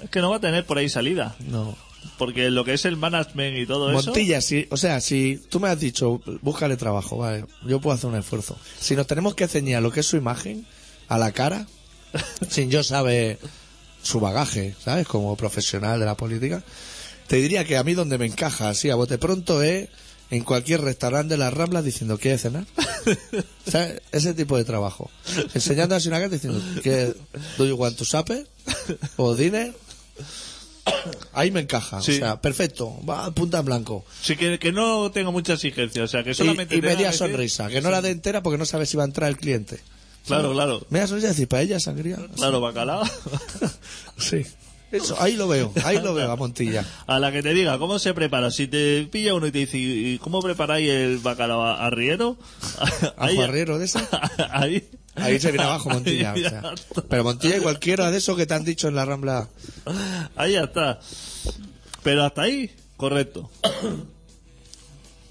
Speaker 3: es que no va a tener por ahí salida.
Speaker 2: No.
Speaker 3: Porque lo que es el management y todo
Speaker 2: Montilla, si, o sea, si tú me has dicho, búscale trabajo, vale, yo puedo hacer un esfuerzo. Si nos tenemos que ceñir a lo que es su imagen, a la cara, sin yo saber su bagaje, ¿sabes? Como profesional de la política, te diría que a mí donde me encaja, así a bote pronto, es en cualquier restaurante de las Ramblas diciendo, ¿quieres cenar? ¿Sabes? Ese tipo de trabajo. Enseñando así una carta diciendo, que ¿do you want to supper? ¿O dinner? Ahí me encaja,
Speaker 3: Sí.
Speaker 2: o sea, perfecto, va, punta en blanco.
Speaker 3: eso. Sí, que, que no tengo mucha exigencia. O sea, que
Speaker 2: Y-
Speaker 3: solamente...
Speaker 2: y,
Speaker 3: tenga
Speaker 2: media
Speaker 3: que decir-
Speaker 2: sonrisa, que no la dé entera porque no sabe si va a entrar el cliente.
Speaker 3: Claro, claro.
Speaker 2: Media sonrisa y decir, para ella sangría.
Speaker 3: Claro, bacalao.
Speaker 2: Sí. Eso, ahí lo veo, ahí lo veo a Montilla.
Speaker 3: A la que te diga, ¿cómo se prepara? Si te pilla uno y te dice, ¿y cómo preparáis el bacalao a- arriero? Ahí-
Speaker 2: arriero de esa.
Speaker 3: Ahí.
Speaker 2: Ahí se viene abajo Montilla.
Speaker 3: Ahí
Speaker 2: o
Speaker 3: ya
Speaker 2: sea.
Speaker 3: está.
Speaker 2: Pero Montilla y cualquiera de esos que te han dicho en la Rambla.
Speaker 3: Ahí ya está. Pero hasta ahí, correcto.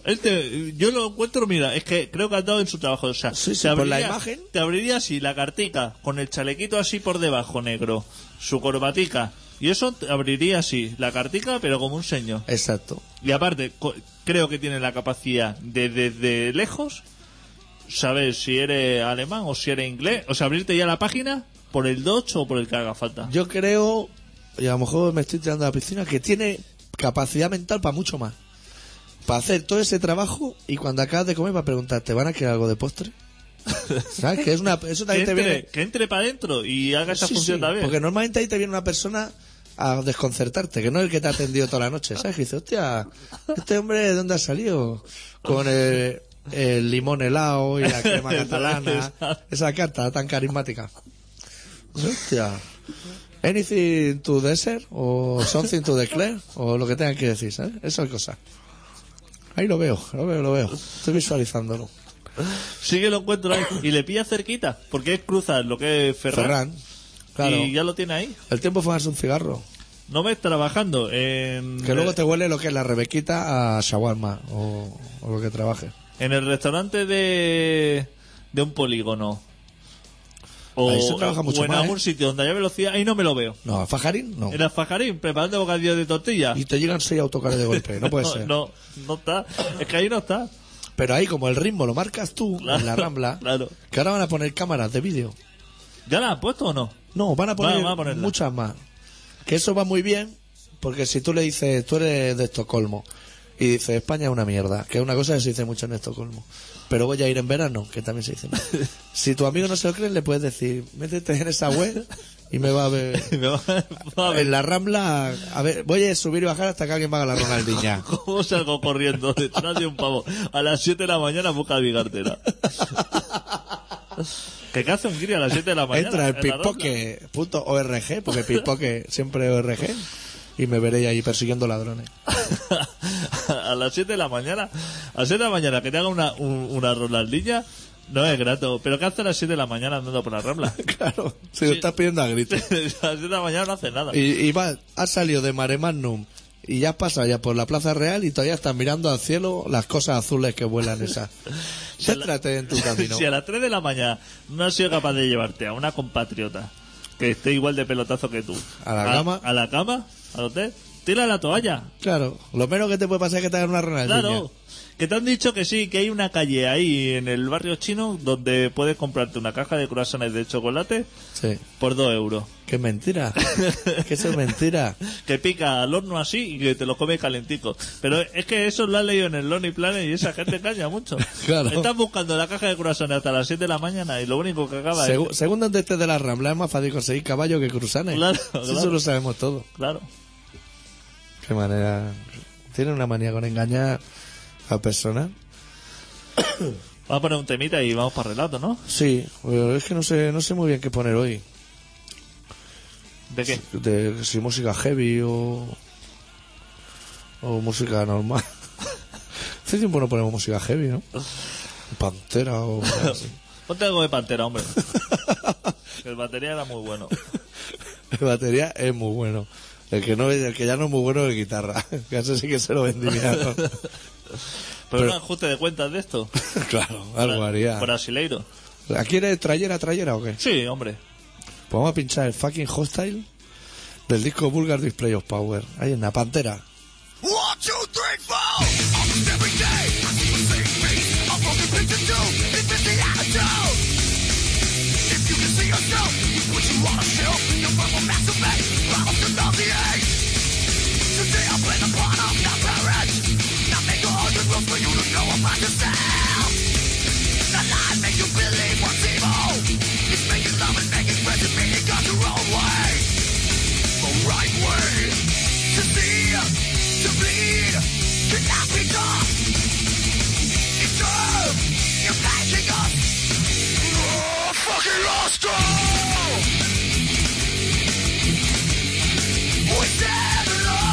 Speaker 3: Este, yo lo encuentro, mira, es que creo que has dado en su trabajo. O sea,
Speaker 2: Sí, sí,
Speaker 3: te
Speaker 2: por la imagen.
Speaker 3: Te abriría así la cartica, con el chalequito así por debajo, negro, su corbatica. Y eso te abriría así, la cartica, pero como un señor.
Speaker 2: Exacto.
Speaker 3: Y aparte, co- creo que tiene la capacidad de desde lejos saber si eres alemán o si eres inglés. O sea, abrirte ya la página por el 2 o por el que haga falta.
Speaker 2: Yo creo, y a lo mejor me estoy tirando a la piscina, que tiene capacidad mental para mucho más. Para hacer todo ese trabajo y cuando acabas de comer para preguntar, ¿te van a quedar algo de postre? ¿Sabes? Que es una, eso
Speaker 3: Que
Speaker 2: también te
Speaker 3: entre,
Speaker 2: viene.
Speaker 3: que entre para adentro y haga esa
Speaker 2: Sí,
Speaker 3: función
Speaker 2: sí,
Speaker 3: también.
Speaker 2: Porque normalmente ahí te viene una persona a desconcertarte, que no es el que te ha atendido toda la noche, ¿sabes? Que dice, hostia, este hombre de dónde ha salido? Con el, el limón helado y la crema catalana, esa carta tan carismática. Hostia. Anything to desert o something to declare o lo que tengan que decir, ¿sabes? Eso es cosa. Ahí lo veo, lo veo, lo veo. Estoy visualizándolo.
Speaker 3: Sí que lo encuentro ahí. Y le pilla cerquita, porque es cruzar lo que es Ferran.
Speaker 2: Ferran. Claro.
Speaker 3: Y ya lo tiene ahí.
Speaker 2: El tiempo fue fumarse un cigarro.
Speaker 3: No ves trabajando en,
Speaker 2: Que luego te huele lo que es la rebequita a shawarma o, o lo que trabaje.
Speaker 3: en el restaurante de, de un polígono. O,
Speaker 2: Ahí se trabaja mucho
Speaker 3: o en
Speaker 2: más, ¿eh?
Speaker 3: algún sitio donde haya velocidad, ahí no me lo veo.
Speaker 2: No, a Fajarín no.
Speaker 3: En el fajarín, preparando bocadillos de tortilla.
Speaker 2: Y te llegan seis autocares de golpe, no puede
Speaker 3: no,
Speaker 2: ser.
Speaker 3: no, no está. Es que ahí no está.
Speaker 2: Pero ahí como el ritmo lo marcas tú
Speaker 3: Claro,
Speaker 2: en la rambla,
Speaker 3: claro.
Speaker 2: que ahora van a poner cámaras de vídeo.
Speaker 3: ¿Ya la han puesto o no?
Speaker 2: No, van a
Speaker 3: Van-
Speaker 2: poner
Speaker 3: van a ponerla.
Speaker 2: muchas más. Que eso va muy bien, porque si tú le dices, tú eres de Estocolmo, y dices, España es una mierda, que es una cosa que se dice mucho en Estocolmo, pero voy a ir en verano, que también se dice. si tu amigo no se lo cree, le puedes decir, métete en esa web y me va a ver.
Speaker 3: Me va- va a ver
Speaker 2: En la Rambla, a ver, voy a subir y bajar hasta que alguien me haga la Ronaldiña.
Speaker 3: cómo salgo corriendo detrás de un pavo. A las 7 de la mañana busca mi cartera. ¿Qué que hace un guiri a las 7 de la mañana?
Speaker 2: Entra en
Speaker 3: la
Speaker 2: pickpocket.org, porque pickpocket siempre es org, y me veréis ahí persiguiendo ladrones.
Speaker 3: ronda? a las 7 de la mañana. A las 7 de la mañana que te haga una, un- una Ronaldinha no es grato. Pero ¿qué hace a las 7 de la mañana andando por la rambla?
Speaker 2: Claro, si lo estás pidiendo a
Speaker 3: a
Speaker 2: gritos.
Speaker 3: las 7 de la mañana no hace nada.
Speaker 2: Y, y va, ha salido de Mare Magnum y ya has pasado ya por la Plaza Real y todavía estás mirando al cielo las cosas azules que vuelan esas. Céntrate en tu camino.
Speaker 3: Si a las 3 de la mañana no has sido capaz de llevarte a una compatriota que esté igual de pelotazo que tú
Speaker 2: A la cama.
Speaker 3: a la cama, al hotel, tira la toalla.
Speaker 2: Claro, lo menos que te puede pasar es que te hagan una Ronaldinha.
Speaker 3: Claro, que te han dicho que sí, que hay una calle ahí en el barrio chino donde puedes comprarte una caja de croissants de chocolate
Speaker 2: Sí.
Speaker 3: por 2 euros.
Speaker 2: Que es mentira. que eso es mentira.
Speaker 3: Que pica al horno así y que te lo comes calentico. Pero es que eso lo has leído en el Lonely Planet y esa gente caña mucho.
Speaker 2: Claro.
Speaker 3: Estás buscando la caja de croissants hasta las 7 de la mañana y lo único que acaba
Speaker 2: Segu- según donde estés de la Rambla es más fácil conseguir caballo que cruzanes.
Speaker 3: Claro,
Speaker 2: Eso
Speaker 3: claro.
Speaker 2: lo sabemos todo.
Speaker 3: es... Claro.
Speaker 2: Qué manera. Tiene una manía con engañar a personas.
Speaker 3: Vamos a poner un temita y vamos para relato, ¿no?
Speaker 2: Sí, pero es que no sé, no sé muy bien qué poner hoy.
Speaker 3: ¿De qué?
Speaker 2: de si música heavy o o música normal hace tiempo no ponemos música heavy no pantera o algo así.
Speaker 3: Ponte algo de pantera, hombre. el batería era muy bueno.
Speaker 2: el batería es muy bueno el que no el que ya no es muy bueno es el guitarra que eso sí que se lo vendría
Speaker 3: Pero,
Speaker 2: Pero-
Speaker 3: un ajuste de cuentas de esto.
Speaker 2: claro algo haría
Speaker 3: Brasileiro.
Speaker 2: ¿la quieres trayera trayera o qué?
Speaker 3: Sí, hombre.
Speaker 2: Pues vamos a pinchar el fucking hostile del disco Vulgar Display of Power ahí en la pantera
Speaker 1: One, two, three, four. Almost every day, I see the same face. A broken picture too. It's just the attitude. If you can see yourself, with what you wanna show, your verbal masturbate, problems to numb the ache. Today I play the part of not marriage. Not make a hundred rules for you to know about yourself. The lie make you believe what's evil. It's making love and making friends and making God your own way. The right way to see, to bleed, cannot be done. It's all you're bashing us. Oh, fucking lost all. We stand alone.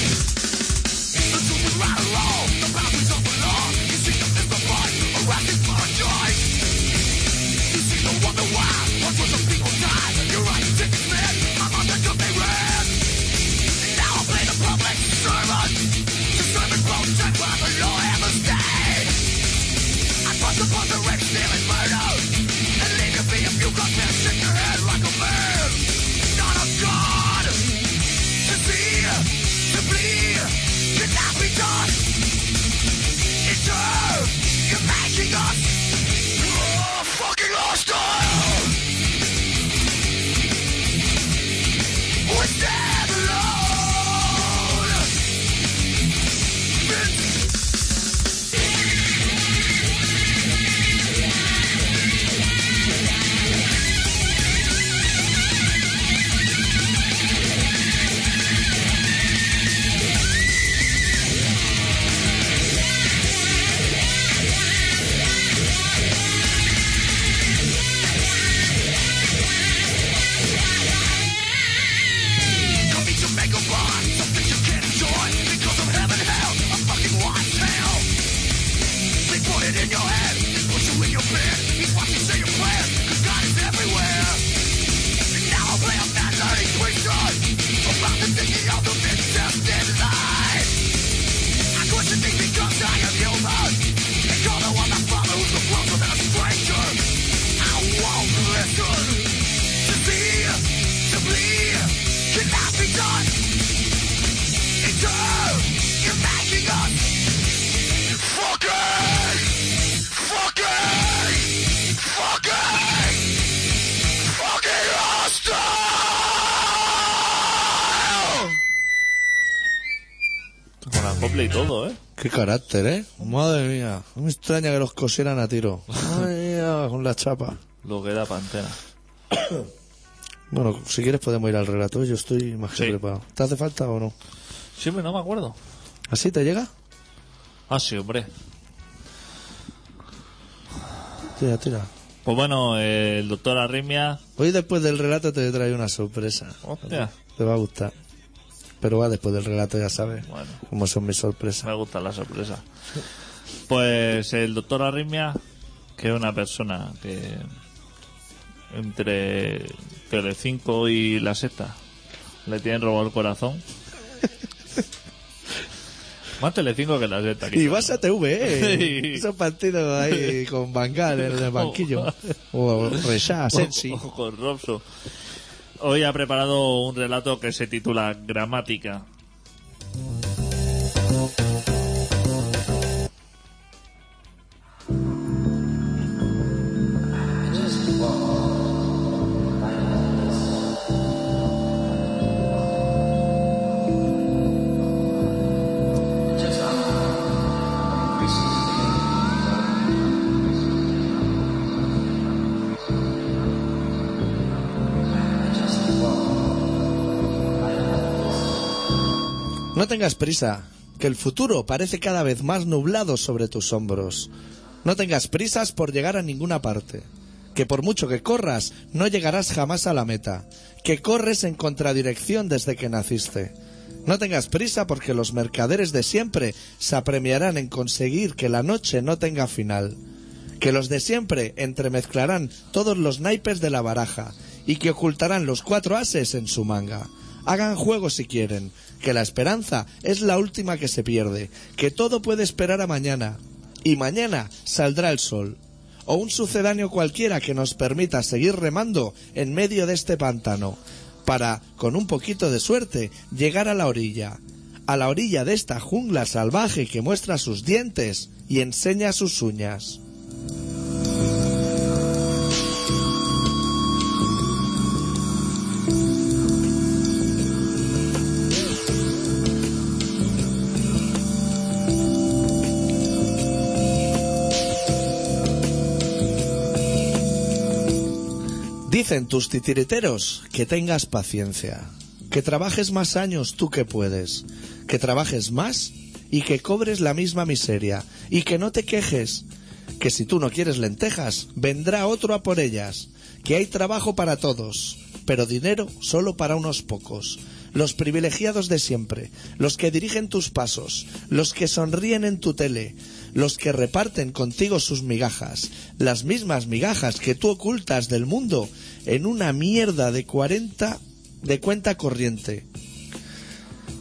Speaker 1: The truth is right or wrong. The boundaries of the law. You see the physical part, a rapid for a choice. You see the wonder why, what was the people die? Your eyes take a man, my mother could be red. Now I play the public servant, to serve and protect what the law ever stayed. I bust upon the rape, steal and murder, and leave you be if you got there, shake your head like a man. Not a god, to see, to bleed, cannot be done. It's her, you're matching us. Oh, fucking lost all. We stand alone. Come meet your mega bond, something you can't enjoy because of heaven, hell, a fucking watch hell. They put it in your head, they put you in your bed. He's watching, say your prayer, cause God is everywhere. And now I play a mad learning question about the thinking of the misjudged life. I question things because I am human. And you're the one that follows the flow of a stranger. I won't listen to see, to bleed, cannot be done. It's all you're making us. Fucking
Speaker 3: rifle y todo, ¿eh?
Speaker 2: Qué carácter, ¿eh? Madre mía. No me extraña que los cosieran a tiro. Madre mía, con la chapa.
Speaker 3: Lo que da Pantera.
Speaker 2: Bueno, si quieres podemos ir al relato. Yo estoy más que
Speaker 3: Sí.
Speaker 2: preparado. ¿Te hace falta o no?
Speaker 3: Siempre no me acuerdo.
Speaker 2: ¿Así te llega?
Speaker 3: Ah, sí, hombre.
Speaker 2: Tira, tira.
Speaker 3: Pues bueno, eh, el doctor Arrimia.
Speaker 2: Hoy después del relato te traigo una sorpresa.
Speaker 3: Hostia.
Speaker 2: Te va a gustar. Pero va después del relato, ya sabes.
Speaker 3: Bueno.
Speaker 2: Como son mis sorpresas.
Speaker 3: Me gusta la sorpresa. Pues el doctor Arritmia, que es una persona que entre Telecinco y La Sexta le tienen robado el corazón. Más Telecinco que La Sexta.
Speaker 2: Y
Speaker 3: quizá.
Speaker 2: vas a TV, ¿eh?
Speaker 3: Sí.
Speaker 2: Esos partidos ahí con Bangal en el banquillo. O Rechá,
Speaker 3: Oh.
Speaker 2: Sensi.
Speaker 3: O con Robson. Hoy ha preparado un relato que se titula Gramática.
Speaker 2: No tengas prisa, que el futuro parece cada vez más nublado sobre tus hombros. No tengas prisas por llegar a ninguna parte, que por mucho que corras, no llegarás jamás a la meta, que corres en contradirección desde que naciste. No tengas prisa porque los mercaderes de siempre se apremiarán en conseguir que la noche no tenga final que los de siempre entremezclarán todos los naipes de la baraja y que ocultarán los cuatro ases en su manga. Hagan juego si quieren, que la esperanza es la última que se pierde, que todo puede esperar a mañana, y mañana saldrá el sol, o un sucedáneo cualquiera que nos permita seguir remando en medio de este pantano, para, con un poquito de suerte, llegar a la orilla, a la orilla de esta jungla salvaje que muestra sus dientes y enseña sus uñas. Dicen tus titiriteros que tengas paciencia, que trabajes más años tú que puedes, que trabajes más y que cobres la misma miseria, y que no te quejes, que si tú no quieres lentejas, vendrá otro a por ellas, que hay trabajo para todos, pero dinero solo para unos pocos, los privilegiados de siempre, los que dirigen tus pasos, los que sonríen en tu tele, los que reparten contigo sus migajas, las mismas migajas que tú ocultas del mundo en una mierda de 40 de cuenta corriente.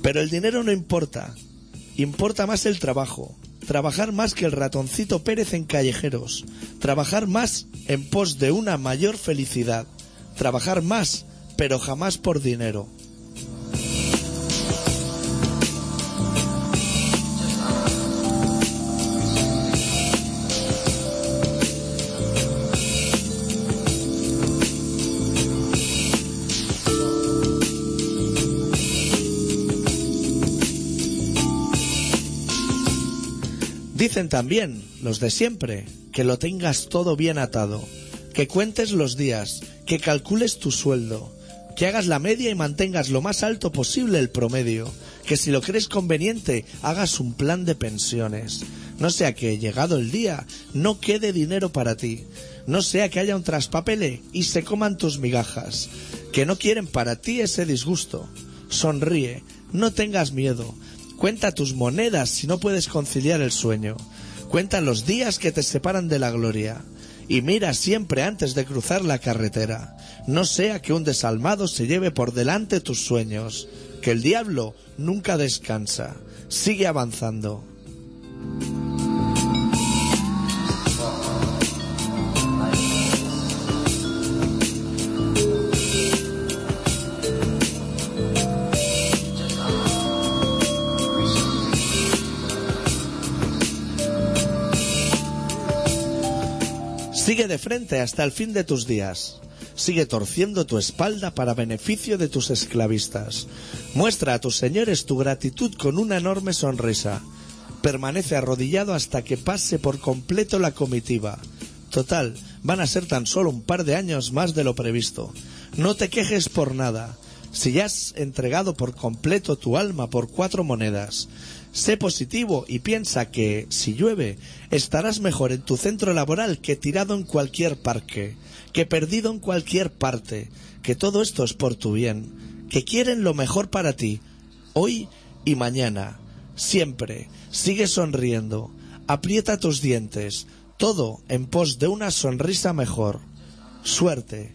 Speaker 2: Pero el dinero no importa, importa más el trabajo, trabajar más que el ratoncito Pérez en callejeros, trabajar más en pos de una mayor felicidad, trabajar más, pero jamás por dinero. Dicen también, los de siempre, que lo tengas todo bien atado, que cuentes los días, que calcules tu sueldo, que hagas la media y mantengas lo más alto posible el promedio, que si lo crees conveniente hagas un plan de pensiones, no sea que, llegado el día, no quede dinero para ti, no sea que haya un traspapele y se coman tus migajas, que no quieren para ti ese disgusto. Sonríe, no tengas miedo, Cuenta tus monedas si no puedes conciliar el sueño. Cuenta los días que te separan de la gloria. Y mira siempre antes de cruzar la carretera. No sea que un desalmado se lleve por delante tus sueños. Que el diablo nunca descansa. Sigue avanzando. Sigue de frente hasta el fin de tus días. Sigue torciendo tu espalda para beneficio de tus esclavistas. Muestra a tus señores tu gratitud con una enorme sonrisa. Permanece arrodillado hasta que pase por completo la comitiva. Total, van a ser tan solo un par de años más de lo previsto. No te quejes por nada. Si ya has entregado por completo tu alma por cuatro monedas, sé positivo y piensa que, si llueve, estarás mejor en tu centro laboral que tirado en cualquier parque, que perdido en cualquier parte, que todo esto es por tu bien, que quieren lo mejor para ti, hoy y mañana, siempre. Sigue sonriendo, aprieta tus dientes, todo en pos de una sonrisa mejor. Suerte.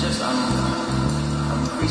Speaker 5: Just I'm, I'm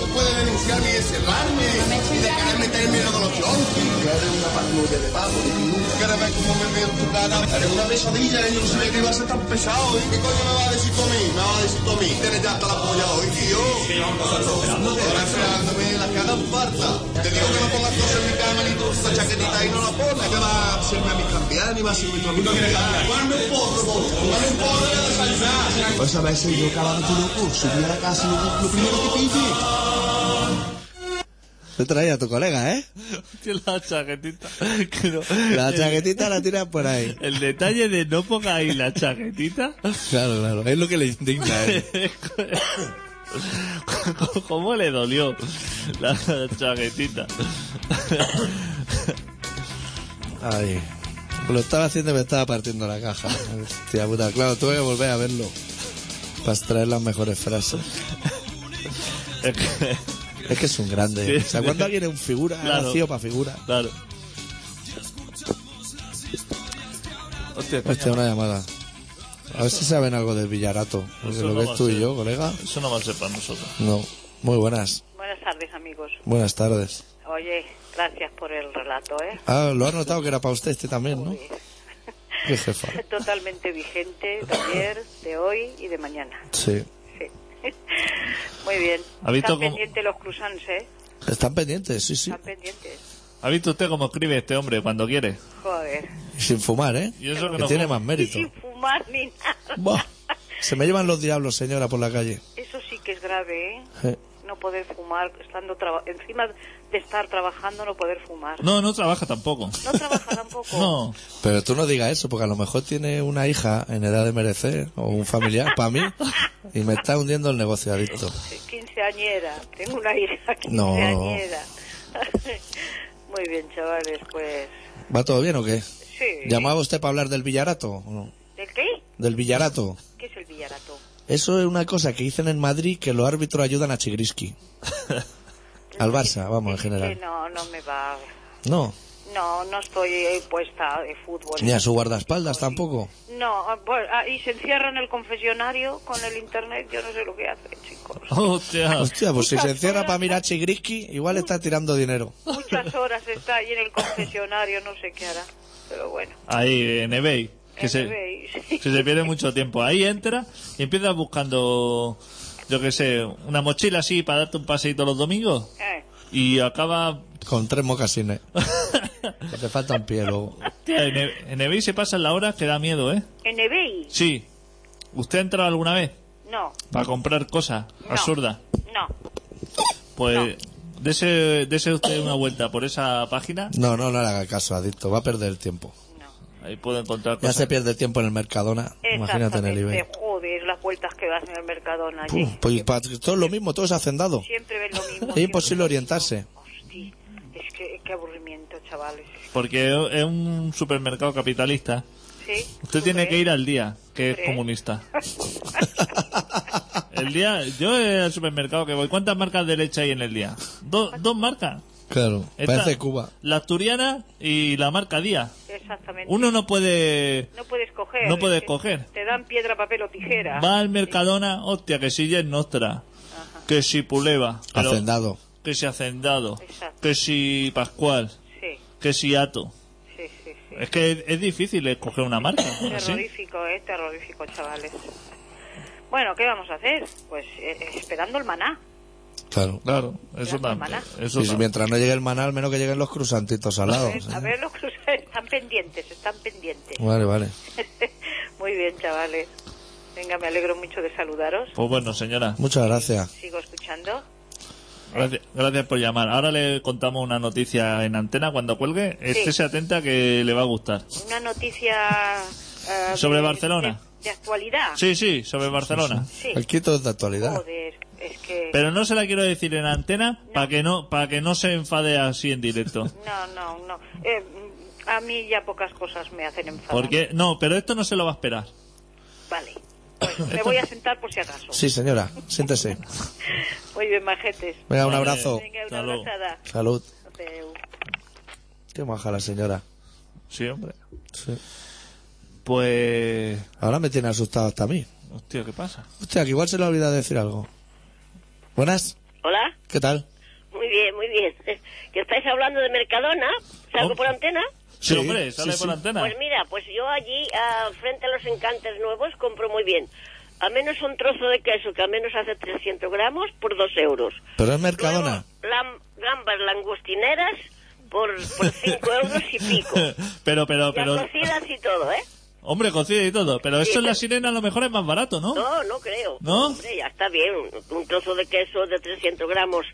Speaker 6: No puedes denunciarme y encerrarme. Y de querer meterme en con los chonquis. Que eres una patrulla de pago, de nunca quieres ver cómo me veo en tu cara. Eres una pesadilla y yo no sabía que iba a ser tan pesado. ¿eh? ¿Qué coño me va a decir tú a mí? Me va a decir tú a mí. Tienes ya hasta la polla hoy, tío. Ahora esperándome las caras fartas. Te digo que no pongas cosas en mi cama ni tú esa chaquetita y no la pones. Que va a hacerme a mí cambiar ni va a servir tú a mí. No quieres cambiar. Ponme un porro, porro. Ponme un porro de desayunar. Pues a veces yo cada vez que loco, subí a la casa y lo, lo primero que pide.
Speaker 2: Te traía a tu colega, ¿eh?
Speaker 3: Tiene la chaquetita. que no-
Speaker 2: La
Speaker 3: el-
Speaker 2: chaquetita la tiras por ahí.
Speaker 3: El, detalle de no ponga ahí la chaquetita.
Speaker 2: Claro, claro. Es lo que le indigna a él.
Speaker 3: ¿Cómo le dolió la chaquetita?
Speaker 2: Ay. Lo estaba haciendo y me estaba partiendo la caja. Hostia puta. Claro, tuve que volver a verlo. Para extraer las mejores frases.
Speaker 3: Es que-
Speaker 2: Es que es un grande.
Speaker 3: Sí.
Speaker 2: O sea, cuando alguien es un figura, ha
Speaker 3: Claro.
Speaker 2: nacido para figura.
Speaker 3: claro. Hostia, coño,
Speaker 2: Hostia, una llamada. A ver si saben algo del Villarato. Porque
Speaker 3: Eso
Speaker 2: lo
Speaker 3: no va
Speaker 2: ves
Speaker 3: a
Speaker 2: tú y
Speaker 3: ser.
Speaker 2: yo, colega.
Speaker 3: eso no va a ser para nosotros.
Speaker 2: No. Muy buenas.
Speaker 7: Buenas tardes, amigos.
Speaker 2: Buenas tardes.
Speaker 7: Oye, gracias por el relato, ¿eh?
Speaker 2: Ah, lo has notado que era para usted este también, ¿no? Qué jefa.
Speaker 7: Totalmente vigente de ayer, de hoy y de mañana.
Speaker 2: Sí.
Speaker 7: Sí. Muy bien.
Speaker 3: ¿Ha visto
Speaker 7: Están
Speaker 3: cómo-
Speaker 7: pendientes los cruzans, ¿eh?
Speaker 2: Están pendientes, sí, sí.
Speaker 7: Están pendientes.
Speaker 3: ¿Ha visto usted cómo escribe este hombre cuando quiere?
Speaker 7: Joder.
Speaker 2: Y sin fumar, ¿eh?
Speaker 3: Y eso que
Speaker 2: Que
Speaker 3: no
Speaker 2: tiene
Speaker 3: fuma.
Speaker 2: más mérito.
Speaker 7: Sin fumar ni nada.
Speaker 2: Buah. Se me llevan los diablos, señora, por la calle.
Speaker 7: Eso sí que es grave, ¿eh?
Speaker 2: Eh,
Speaker 7: No poder fumar, estando traba- encima de estar trabajando, no poder fumar.
Speaker 3: No, no trabaja tampoco.
Speaker 7: ¿No trabaja tampoco?
Speaker 3: No,
Speaker 2: Pero tú no digas eso, porque a lo mejor tiene una hija en edad de merecer, o un familiar, para mí, y me está hundiendo el negocio, adicto.
Speaker 7: Quinceañera. Tengo una hija
Speaker 2: No.
Speaker 7: quinceañera. Muy bien, chavales, pues...
Speaker 2: ¿Va todo bien o qué?
Speaker 7: Sí.
Speaker 2: ¿Llamaba usted para hablar del Villarato? o no?
Speaker 7: ¿Del qué?
Speaker 2: ¿Del Villarato?
Speaker 7: ¿Qué es el villarato?
Speaker 2: Eso es una cosa que dicen en Madrid que los árbitros ayudan a Chigriski. Al Barça, vamos, en
Speaker 7: Es que
Speaker 2: general.
Speaker 7: no, no me va.
Speaker 2: No,
Speaker 7: No, no estoy puesta de fútbol.
Speaker 2: ni a su guardaespaldas tampoco.
Speaker 7: No, ah, bueno, ah, y se encierran en el confesionario con el internet. Yo no sé lo que hacen, chicos.
Speaker 3: hostia.
Speaker 2: Hostia, pues si se encierra para mirar a Chigriski, igual está tirando dinero.
Speaker 7: Muchas horas está ahí en el confesionario, no sé qué hará. Pero bueno.
Speaker 3: Ahí, en eBay. Que se,
Speaker 7: veis? Sí.
Speaker 3: que se pierde mucho tiempo. Ahí entra y empieza buscando, yo qué sé, una mochila así para darte un paseíto los domingos.
Speaker 7: Eh,
Speaker 3: Y acaba...
Speaker 2: Con tres mocasines. Que Te falta un pie luego.
Speaker 3: Hostia, en, E- en eBay se pasan la hora que da miedo, ¿eh?
Speaker 7: ¿En eBay?
Speaker 3: Sí. ¿Usted ha entrado alguna vez
Speaker 7: No.
Speaker 3: para comprar cosas
Speaker 7: no,
Speaker 3: absurdas?
Speaker 7: No.
Speaker 3: Pues dese, dese usted una vuelta por esa página.
Speaker 2: No, no, no le haga caso, adicto. Va a perder el tiempo.
Speaker 7: No.
Speaker 3: Ahí puede encontrar
Speaker 2: Ya
Speaker 3: cosas.
Speaker 2: se pierde el tiempo en el Mercadona. Imagínate en el
Speaker 7: Exactamente,
Speaker 2: eBay.
Speaker 7: joder, las vueltas que das en el Mercadona allí.
Speaker 2: Puf, pues pa- todo es lo mismo, todo es hacendado.
Speaker 7: Siempre ven lo mismo.
Speaker 2: Es
Speaker 7: siempre
Speaker 2: imposible
Speaker 7: lo mismo.
Speaker 2: orientarse.
Speaker 7: Hostia, es que qué aburrimiento, chavales.
Speaker 3: Porque es un supermercado capitalista.
Speaker 7: Sí,
Speaker 3: Usted
Speaker 7: ¿tú
Speaker 3: tiene
Speaker 7: crees?
Speaker 3: que ir al día, que es
Speaker 7: ¿Crees?
Speaker 3: comunista. El día, yo eh, al supermercado que voy, ¿cuántas marcas de leche hay en el día? Do- ¿Dos marcas?
Speaker 2: Claro,
Speaker 3: Esta-
Speaker 2: parece Cuba.
Speaker 3: La asturiana y la marca Día.
Speaker 7: Exactamente.
Speaker 3: Uno no puede...
Speaker 7: No puedes coger.
Speaker 3: No puedes
Speaker 7: eh,
Speaker 3: coger.
Speaker 7: Te dan piedra, papel o tijera.
Speaker 3: Va al Mercadona, hostia, que si es nostra. Que si Puleva. pero-
Speaker 2: Hacendado.
Speaker 3: Que si Hacendado.
Speaker 7: Exacto.
Speaker 3: Que si Pascual.
Speaker 7: Sí,
Speaker 3: Que si Ato.
Speaker 7: sí, sí. sí.
Speaker 3: Es que es, es difícil escoger una marca. así.
Speaker 7: Terrorífico, eh, terrorífico, chavales. Bueno, ¿qué vamos a hacer? Pues eh, esperando el maná.
Speaker 2: Claro.
Speaker 3: Claro, eso
Speaker 7: Era
Speaker 3: también.
Speaker 7: hermana.
Speaker 3: Eso
Speaker 2: Y si
Speaker 3: tam-
Speaker 2: mientras no llegue el maná, al menos que lleguen los crusantitos al lado.
Speaker 7: Eh, A ver, los cruces están pendientes, están pendientes.
Speaker 2: Vale, vale.
Speaker 7: Muy bien, chavales. Venga, me alegro mucho de saludaros.
Speaker 3: Pues bueno, señora,
Speaker 2: Muchas gracias.
Speaker 7: Sigo escuchando.
Speaker 3: gracias, gracias por llamar. Ahora le contamos una noticia en antena cuando cuelgue. Estése atenta que le va a gustar.
Speaker 7: Una noticia... eh,
Speaker 3: ¿Sobre
Speaker 7: de-
Speaker 3: Barcelona?
Speaker 7: De, de actualidad.
Speaker 3: Sí, sí, sobre Barcelona.
Speaker 7: Sí.
Speaker 2: El quito es de actualidad.
Speaker 7: Joder, es que...
Speaker 3: Pero no se la quiero decir en antena para que no para que no se enfade así en directo.
Speaker 7: No, no, no. Eh, a mí ya pocas cosas me hacen enfadar.
Speaker 3: Porque no, pero esto no se lo va a esperar.
Speaker 7: Vale. Pues me voy a sentar por si acaso.
Speaker 2: Sí, señora, siéntese.
Speaker 7: Muy bien, majetes.
Speaker 2: Venga, un
Speaker 3: Vale.
Speaker 2: abrazo.
Speaker 7: Venga, una
Speaker 3: Hasta luego.
Speaker 7: abrazada.
Speaker 2: Salud.
Speaker 7: Adeu.
Speaker 2: Qué maja la señora.
Speaker 3: Sí, hombre.
Speaker 2: Sí.
Speaker 3: Pues
Speaker 2: Ahora me tiene asustado hasta a mí.
Speaker 3: hostia, ¿qué pasa?
Speaker 2: Hostia, que igual se le ha olvidado decir algo. Buenas,
Speaker 8: Hola,
Speaker 2: ¿qué tal?
Speaker 8: muy bien, muy bien. Que estáis hablando de Mercadona, salgo
Speaker 3: Oh. Ah.
Speaker 8: por antena.
Speaker 3: Sí,
Speaker 2: Sí,
Speaker 3: hombre, sale
Speaker 2: sí,
Speaker 3: por
Speaker 2: sí.
Speaker 3: antena.
Speaker 8: Pues mira, pues yo allí, ah, frente a los encantes nuevos, compro muy bien. A menos un trozo de queso, que a menos hace 300 gramos, por 2 euros.
Speaker 2: Pero es Mercadona.
Speaker 8: Luego, lam- gambas langostineras por 5 euros y pico.
Speaker 3: pero pero
Speaker 8: Ya
Speaker 3: pero
Speaker 8: cocidas y todo, ¿eh?
Speaker 3: hombre, cocida y todo, pero eso en la sirena a lo mejor es más barato, ¿no?
Speaker 8: No, no creo.
Speaker 3: ¿No?
Speaker 8: Hombre, ya está bien. Un trozo de queso de 300 gramos,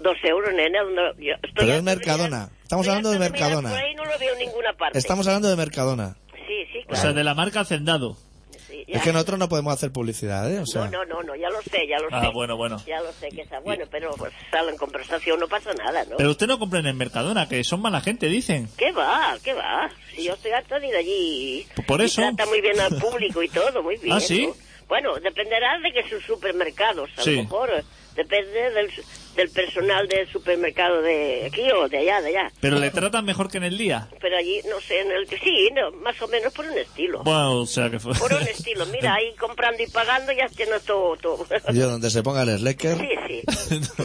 Speaker 8: 2 euros, nena. no, yo estoy
Speaker 2: Pero es
Speaker 8: harto
Speaker 2: Mercadona.
Speaker 8: mirar-
Speaker 2: Estamos
Speaker 8: estoy
Speaker 2: hablando
Speaker 8: harto
Speaker 2: de
Speaker 8: mirar
Speaker 2: Mercadona.
Speaker 8: Por ahí no lo veo en ninguna parte.
Speaker 2: Estamos hablando de Mercadona.
Speaker 8: Sí, sí,
Speaker 3: O
Speaker 8: claro.
Speaker 3: sea, de la marca Hacendado.
Speaker 8: sí, ya.
Speaker 2: Es que nosotros no podemos hacer publicidad, ¿eh? O sea,
Speaker 8: No, no, no, no, ya lo sé, ya lo
Speaker 3: Ah,
Speaker 8: sé.
Speaker 3: bueno, bueno.
Speaker 8: Ya lo sé que está bueno, pero pues, salen conversación, no pasa nada, ¿no?
Speaker 3: Pero usted no compra en el Mercadona, que son mala gente, dicen.
Speaker 8: ¿Qué va? ¿Qué va? Si yo estoy harta de ir allí.
Speaker 3: Pues Por
Speaker 8: Y
Speaker 3: eso.
Speaker 8: trata muy bien al público y todo, muy bien.
Speaker 3: ¿Ah, sí?
Speaker 8: ¿no? Bueno, dependerá de que sus supermercados, a
Speaker 3: Sí.
Speaker 8: lo mejor. eh, Depende del, su- del personal del supermercado de aquí o de allá, de allá.
Speaker 3: Pero le tratan mejor que en el día.
Speaker 8: Pero allí, no sé, en el que sí, no, más o menos por un estilo.
Speaker 3: Bueno, o sea que fue.
Speaker 8: Por un estilo. Mira, ahí comprando y pagando ya tienes todo, todo.
Speaker 2: yo donde se ponga el Slacker.
Speaker 8: Sí, sí.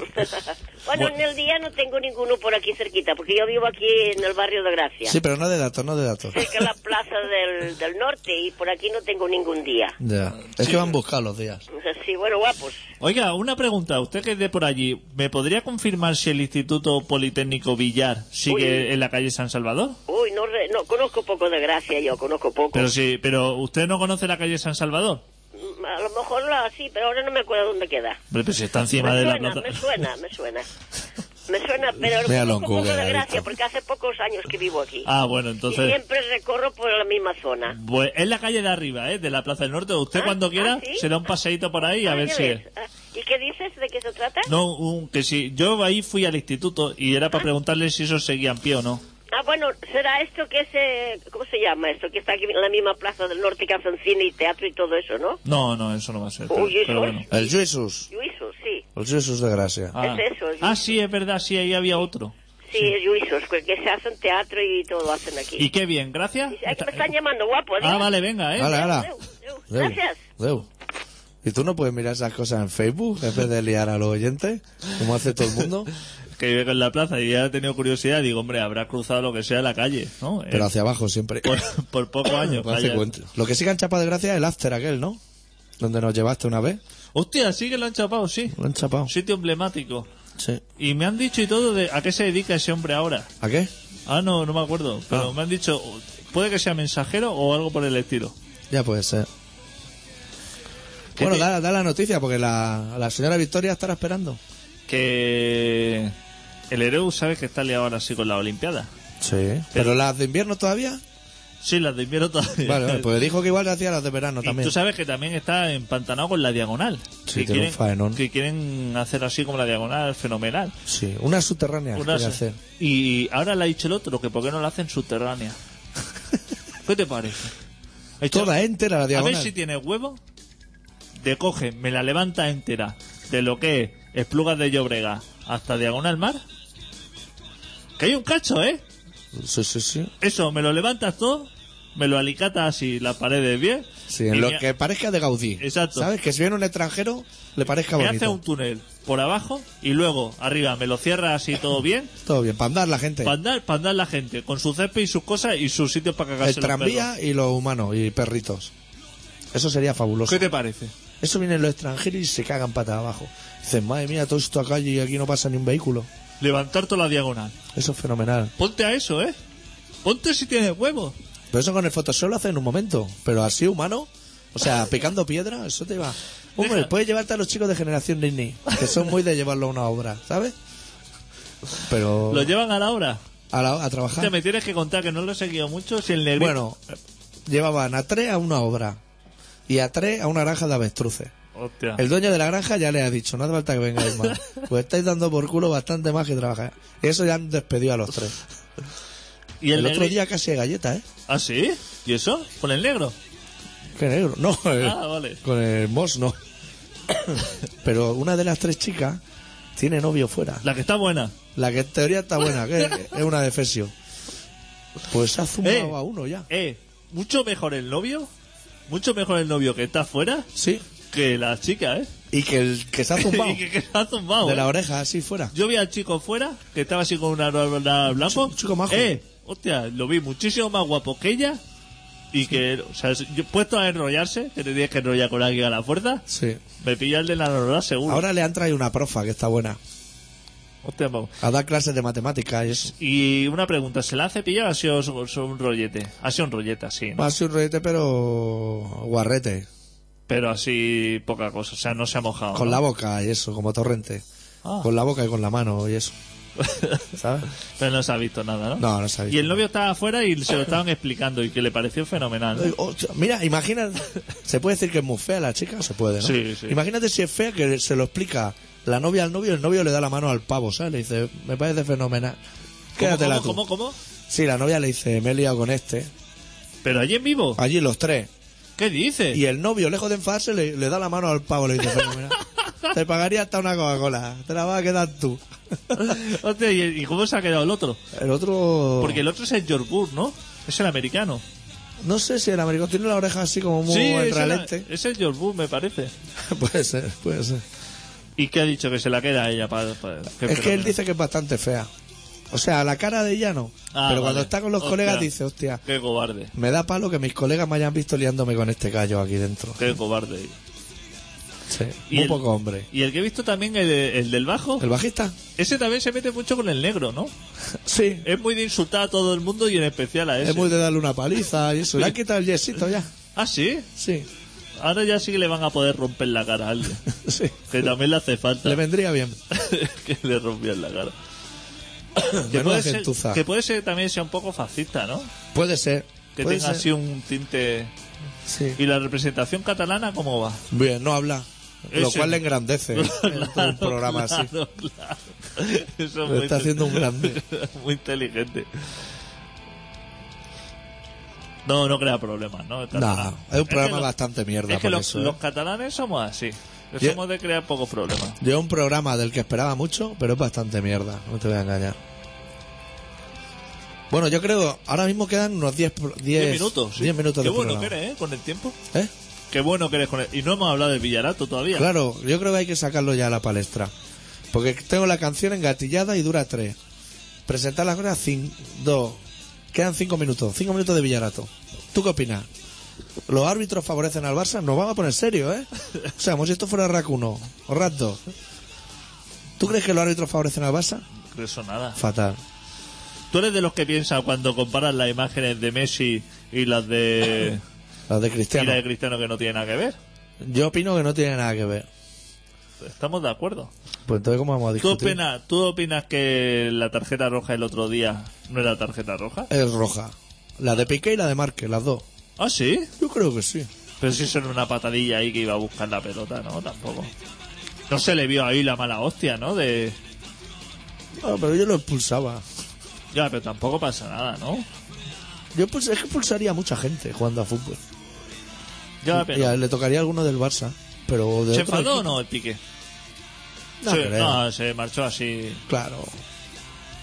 Speaker 8: bueno, en el día no tengo ninguno por aquí cerquita, porque yo vivo aquí en el barrio de Gracia.
Speaker 2: Sí, pero no de datos, no de datos.
Speaker 8: cerca de la plaza del, del norte y por aquí no tengo ningún día.
Speaker 2: Ya. Es que van buscados los días.
Speaker 8: Sí, bueno, guapos.
Speaker 3: Oiga, una pregunta. Usted que es de por allí, ¿me podría confirmar si el Instituto Politécnico Villar sigue en la calle San Salvador?
Speaker 8: Uy, no, re- no conozco poco de Gracia, yo conozco poco.
Speaker 3: Pero sí, pero usted no conoce la calle San Salvador.
Speaker 8: Mm, A lo mejor la- sí, pero ahora no me acuerdo dónde queda.
Speaker 3: Hombre, pues si está
Speaker 8: Me
Speaker 3: encima de la
Speaker 8: suena,
Speaker 3: plata.
Speaker 8: me suena, me suena. Me suena, pero
Speaker 2: Míralo en
Speaker 8: conozco poco
Speaker 2: Google,
Speaker 8: de
Speaker 2: ha
Speaker 8: Gracia,
Speaker 2: dicho.
Speaker 8: porque hace pocos años que vivo aquí.
Speaker 3: Ah, bueno,
Speaker 8: y
Speaker 3: entonces.
Speaker 8: siempre recorro por la misma zona.
Speaker 3: Pues es la calle de arriba, ¿eh? De la Plaza del Norte. Usted
Speaker 8: Ah,
Speaker 3: cuando quiera
Speaker 8: ah, ¿sí?
Speaker 3: se da un paseíto por ahí a
Speaker 8: Ah,
Speaker 3: ver
Speaker 8: ya
Speaker 3: si
Speaker 8: ves.
Speaker 3: es.
Speaker 8: Ah, ¿Y qué dices? ¿De qué se trata?
Speaker 3: No, un- que si yo ahí fui al instituto y era para preguntarle si eso seguía en pie o no.
Speaker 8: Ah, bueno, será esto que es... eh, ¿Cómo se llama esto? Que está aquí en la misma plaza del norte que hacen cine y teatro y todo eso, ¿no?
Speaker 3: No, no, eso no va a ser. Pero,
Speaker 8: Uy, eso
Speaker 3: pero
Speaker 8: es.
Speaker 3: bueno.
Speaker 2: El Jesus.
Speaker 8: Yuizos, sí.
Speaker 2: El Jesus de gracia.
Speaker 3: Ah.
Speaker 8: Es eso, es
Speaker 3: Ah,
Speaker 8: eso.
Speaker 3: sí, es verdad, sí, ahí había otro.
Speaker 8: Sí, Yuizos, que se hacen teatro y todo hacen
Speaker 3: Y
Speaker 8: aquí.
Speaker 3: qué bien, gracias.
Speaker 8: Ay, que me están llamando guapo,
Speaker 3: Ah,
Speaker 8: adiós.
Speaker 3: vale, venga, ¿eh?
Speaker 2: Hala, hala.
Speaker 8: Deu, deu.
Speaker 2: Deu,
Speaker 8: Gracias.
Speaker 2: deu. ¿Y tú no puedes mirar esas cosas en Facebook en vez de liar a los oyentes? Como hace todo el mundo.
Speaker 3: Que vive en la plaza y ya he tenido curiosidad. Digo, hombre, habrá cruzado lo que sea la calle, ¿no? Eh,
Speaker 2: Pero hacia abajo siempre.
Speaker 3: por, por pocos años.
Speaker 2: No hace
Speaker 3: Pues, vaya.
Speaker 2: cuenta. Lo que sí que han chapado de gracia es el after aquel, ¿no? Donde nos llevaste una vez.
Speaker 3: Hostia, sí que lo han chapado, sí.
Speaker 2: Lo han chapado.
Speaker 3: Sitio emblemático.
Speaker 2: Sí.
Speaker 3: Y me han dicho y todo de a qué se dedica ese hombre ahora.
Speaker 2: ¿A qué?
Speaker 3: Ah, no, no me acuerdo. Pero me han dicho, puede que sea mensajero o algo por el estilo.
Speaker 2: Ya puede ser.
Speaker 3: ¿Qué
Speaker 2: Bueno,
Speaker 3: te-
Speaker 2: da, da la noticia porque la, la señora Victoria estará esperando.
Speaker 3: Que el Ereu sabes que está liado ahora sí con la Olimpiada.
Speaker 2: Sí. ¿Pero las de invierno todavía?
Speaker 3: Sí, las de invierno todavía.
Speaker 2: Vale, vale, pues dijo que igual le hacía las de verano
Speaker 3: Y
Speaker 2: también.
Speaker 3: tú sabes que también está empantanado con la diagonal.
Speaker 2: Sí, tiene un
Speaker 3: que, quieren,
Speaker 2: faenón.
Speaker 3: que quieren hacer así como la diagonal, fenomenal.
Speaker 2: Sí, una subterránea.
Speaker 3: Una-
Speaker 2: quiere hacer.
Speaker 3: Y ahora le ha dicho el otro que por qué no la hacen subterránea. ¿Qué te parece? Ha dicho,
Speaker 2: Toda entera la
Speaker 3: A
Speaker 2: diagonal.
Speaker 3: ver si tiene huevo. Te coge, me la levanta entera. De lo que es Esplugas de Llobrega hasta Diagonal Mar. Que hay un cacho, ¿eh?
Speaker 2: Sí, sí, sí.
Speaker 3: Eso, me lo levantas todo, me lo alicatas así las paredes bien.
Speaker 2: Sí, en
Speaker 3: y
Speaker 2: lo
Speaker 3: me-
Speaker 2: que parezca de Gaudí.
Speaker 3: Exacto.
Speaker 2: ¿Sabes? Que si viene un extranjero, le parezca
Speaker 3: Me hace
Speaker 2: bonito.
Speaker 3: un túnel por abajo y luego arriba me lo cierra así todo bien.
Speaker 2: Todo bien, para andar la gente.
Speaker 3: Para andar, pa' andar la gente, con su césped y sus cosas y sus sitios para cagarse
Speaker 2: El
Speaker 3: los
Speaker 2: tranvía y los humanos y perritos. Eso sería
Speaker 3: perros.
Speaker 2: fabuloso.
Speaker 3: ¿Qué te parece?
Speaker 2: Eso vienen los extranjeros y se cagan patas abajo. Dicen, madre mía, todo esto a calle y aquí no pasa ni un vehículo.
Speaker 3: Levantar toda la diagonal.
Speaker 2: Eso es fenomenal.
Speaker 3: Ponte a eso, ¿eh? Ponte si tienes huevos.
Speaker 2: Pero eso con el Photoshop lo hace en un momento. Pero así, humano, o sea, picando piedra, eso te va. Hombre,
Speaker 3: Deja.
Speaker 2: puedes llevarte a los chicos de generación Disney, que son muy de llevarlo a una obra, ¿sabes? Pero Oh.
Speaker 3: Lo llevan a la hora.
Speaker 2: a, la- a
Speaker 3: Hostia,
Speaker 2: trabajar.
Speaker 3: me tienes que contar que no lo he seguido mucho. Si el negrito.
Speaker 2: Bueno, llevaban a tres a una obra y a tres a una granja de avestruces.
Speaker 3: Hostia.
Speaker 2: Ah. El dueño de la granja ya le ha dicho, no hace falta que vengáis más. Pues estáis dando por culo bastante más que trabajar. Y eso ya han despedido a los tres.
Speaker 3: y
Speaker 2: El,
Speaker 3: el,
Speaker 2: otro
Speaker 3: negri-
Speaker 2: día casi de galleta, ¿eh?
Speaker 3: ¿Ah, sí? ¿Y eso? ¿Con el negro?
Speaker 2: Qué negro. No, eh,
Speaker 3: Ah, vale.
Speaker 2: con el Moss no. Pero una de las tres chicas tiene novio fuera.
Speaker 3: La que está buena.
Speaker 2: La que en teoría está buena, que es una de Fesio. Pues ha zumbado
Speaker 3: Eh.
Speaker 2: a uno ya.
Speaker 3: Eh, mucho mejor el novio. Mucho mejor el novio que está afuera
Speaker 2: Sí.
Speaker 3: que la chica, ¿eh?
Speaker 2: Y que el que se ha zumbado
Speaker 3: y que, que se ha zumbado.
Speaker 2: de
Speaker 3: ¿eh?
Speaker 2: la oreja así fuera.
Speaker 3: Yo vi al chico fuera, que estaba así con una una blanco.
Speaker 2: Un chico majo.
Speaker 3: Eh, hostia, lo vi muchísimo más guapo que ella. Y que, o sea, yo puesto a enrollarse, que te tienes que enrollar con alguien a la fuerza,
Speaker 2: Sí.
Speaker 3: me pilla el de la normal seguro.
Speaker 2: Ahora le han traído una profa que está buena.
Speaker 3: Hostia, vamos.
Speaker 2: A dar clases de matemáticas y eso.
Speaker 3: Y una pregunta, ¿se la ha cepillado o ha sido so- so- un rollete? Ha sido un rollete, sí. ¿no?
Speaker 2: Va a ser un rollete, pero guarrete.
Speaker 3: Pero así poca cosa, o sea, no se ha mojado.
Speaker 2: Con
Speaker 3: ¿no?
Speaker 2: la boca y eso, como torrente.
Speaker 3: Ah.
Speaker 2: Con la boca y con la mano y eso. ¿Sabes?
Speaker 3: Pero no se ha visto nada, ¿no?
Speaker 2: No, no sabía.
Speaker 3: Y el novio estaba afuera y se lo estaban explicando y que le pareció fenomenal. ¿no?
Speaker 2: Ay, hostia, Mira, imagínate. ¿Se puede decir que es muy fea la chica? Se puede, ¿no?
Speaker 3: Sí, sí.
Speaker 2: Imagínate si es fea que se lo explica la novia al novio, el novio le da la mano al pavo, ¿sabes? Le dice, me parece fenomenal.
Speaker 3: ¿Cómo,
Speaker 2: Quédatela
Speaker 3: cómo,
Speaker 2: tú.
Speaker 3: cómo, cómo?
Speaker 2: Sí, la novia le dice, me he liado con este.
Speaker 3: ¿Pero allí en vivo?
Speaker 2: Allí los tres.
Speaker 3: ¿Qué dices?
Speaker 2: Y el novio, lejos de enfadarse, le, le da la mano al pavo, le dice, fenomenal. Te pagaría hasta una Coca-Cola. Te la vas a quedar tú.
Speaker 3: Hostia, ¿y, y cómo se ha quedado el otro?
Speaker 2: El otro...
Speaker 3: Porque el otro es el George Bush, ¿no? Es el americano.
Speaker 2: No sé si el americano tiene la oreja así como muy en
Speaker 3: es eh, el,
Speaker 2: ralente.
Speaker 3: es el George Bush, me parece.
Speaker 2: puede ser, puede ser.
Speaker 3: ¿Y qué ha dicho? Que se la queda a ella para... para-
Speaker 2: Es que él
Speaker 3: fenomenal.
Speaker 2: dice que es bastante fea. O sea, la cara de ella no.
Speaker 3: Ah,
Speaker 2: pero
Speaker 3: vale.
Speaker 2: cuando está con los
Speaker 3: Hostia.
Speaker 2: colegas dice, hostia,
Speaker 3: Qué cobarde,
Speaker 2: me da palo que mis colegas me hayan visto liándome con este callo aquí dentro.
Speaker 3: qué cobarde.
Speaker 2: Sí,
Speaker 3: Y
Speaker 2: muy
Speaker 3: el-
Speaker 2: poco hombre.
Speaker 3: Y el que he visto también, el, el del bajo,
Speaker 2: ¿El bajista?
Speaker 3: ese también se mete mucho con el negro, ¿no?
Speaker 2: Sí.
Speaker 3: Es muy de insultar a todo el mundo y en especial a ese.
Speaker 2: Es muy de darle una paliza y eso. Le han quitado el yesito ya.
Speaker 3: Ah, ¿sí?
Speaker 2: Sí,
Speaker 3: Ahora ya sí que le van a poder romper la cara a alguien.
Speaker 2: sí.
Speaker 3: que también le hace falta.
Speaker 2: Le vendría bien.
Speaker 3: que le rompían la cara. que,
Speaker 2: Menuda
Speaker 3: puede ser,
Speaker 2: gentuza.
Speaker 3: que puede ser que también sea un poco fascista, ¿no?
Speaker 2: Puede ser.
Speaker 3: Que
Speaker 2: puede
Speaker 3: tenga
Speaker 2: ser.
Speaker 3: así un tinte...
Speaker 2: Sí.
Speaker 3: ¿Y la representación catalana cómo va?
Speaker 2: Bien, no habla. Lo
Speaker 3: Ese-
Speaker 2: cual le engrandece en todo un programa así.
Speaker 3: Claro, claro. Eso es
Speaker 2: Lo
Speaker 3: muy
Speaker 2: está
Speaker 3: inte-
Speaker 2: haciendo un grande.
Speaker 3: muy inteligente. No, no crea problemas, ¿no? El catalán.
Speaker 2: Nah, es un
Speaker 3: que
Speaker 2: programa
Speaker 3: lo-
Speaker 2: bastante mierda
Speaker 3: Es que
Speaker 2: por
Speaker 3: los,
Speaker 2: eso, ¿eh?
Speaker 3: los catalanes somos así.
Speaker 2: Yo-
Speaker 3: Somos de crear pocos problemas.
Speaker 2: Yo un programa del que esperaba mucho, pero es bastante mierda, no te voy a engañar. Bueno, yo creo, ahora mismo quedan unos 10 pro- 10
Speaker 3: 10 minutos. sí.
Speaker 2: 10 minutos
Speaker 3: Qué
Speaker 2: de
Speaker 3: bueno que
Speaker 2: programa.
Speaker 3: eres, ¿eh? Con el tiempo.
Speaker 2: ¿Eh?
Speaker 3: Qué bueno que eres con el... Y no hemos hablado del Villarato todavía.
Speaker 2: Claro, yo creo que hay que sacarlo ya a la palestra. Porque tengo la canción engatillada y dura 3. Presentar las cosas 2. Quedan 5 minutos, 5 minutos de Villarato. ¿Tú qué opinas? ¿Los árbitros favorecen al Barça? Nos van a poner serio, ¿eh? O sea, como si esto fuera RAC 1 o RAC 2. ¿Tú crees que los árbitros favorecen al Barça?
Speaker 3: De Eso nada.
Speaker 2: Fatal.
Speaker 3: ¿Tú eres de los que piensa cuando comparas las imágenes de Messi y las de...
Speaker 2: Las de
Speaker 3: y
Speaker 2: Cristiano.
Speaker 3: las de Cristiano que no tiene nada que ver?
Speaker 2: Yo opino que no tiene nada que ver.
Speaker 3: Estamos de acuerdo.
Speaker 2: Pues entonces, ¿cómo vamos a
Speaker 3: ¿Tú
Speaker 2: discutir?
Speaker 3: opinas, ¿Tú opinas que la tarjeta roja el otro día no era tarjeta roja?
Speaker 2: Es roja. La de Piqué y la de Márquez, las dos.
Speaker 3: Ah, sí.
Speaker 2: Yo creo que sí.
Speaker 3: Pero si eso era una patadilla ahí que iba a buscar la pelota, ¿no? Tampoco. No se le vio ahí la mala hostia, ¿no? De...
Speaker 2: Ah, pero yo lo expulsaba.
Speaker 3: Ya, pero tampoco pasa nada, ¿no?
Speaker 2: Yo pues, es que expulsaría a mucha gente jugando a fútbol.
Speaker 3: Ya,
Speaker 2: Y
Speaker 3: pero...
Speaker 2: a él le tocaría a alguno del Barça. Pero de
Speaker 3: ¿Se
Speaker 2: otro
Speaker 3: enfadó o
Speaker 2: equipo.
Speaker 3: no el pique?
Speaker 2: No
Speaker 3: Sí,
Speaker 2: creo.
Speaker 3: no, se marchó así.
Speaker 2: Claro.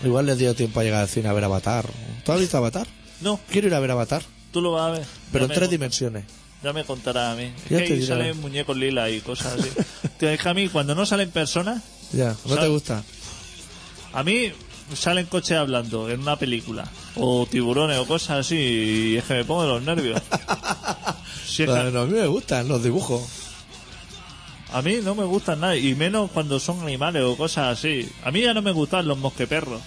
Speaker 2: Igual les dio tiempo a llegar al cine a ver Avatar. ¿Tú has visto Avatar?
Speaker 3: No,
Speaker 2: Quiero ir a ver Avatar,
Speaker 3: tú lo vas a ver.
Speaker 2: pero en
Speaker 3: Ya me-
Speaker 2: tres dimensiones.
Speaker 3: Ya me contará a mí. Es
Speaker 2: Ya
Speaker 3: que
Speaker 2: te
Speaker 3: ahí
Speaker 2: diré.
Speaker 3: salen muñecos lila y cosas así. Tío, es que a mí, cuando no salen personas,
Speaker 2: Ya, ¿no
Speaker 3: ¿Sabes?
Speaker 2: te gusta?
Speaker 3: a mí salen coches hablando en una película. O tiburones o cosas así. Y es que me pongo los nervios. Si es que
Speaker 2: Bueno, a mí me gustan los dibujos.
Speaker 3: a mí no me gustan nada. Y menos cuando son animales o cosas así. A mí ya no me gustan los mosqueperros.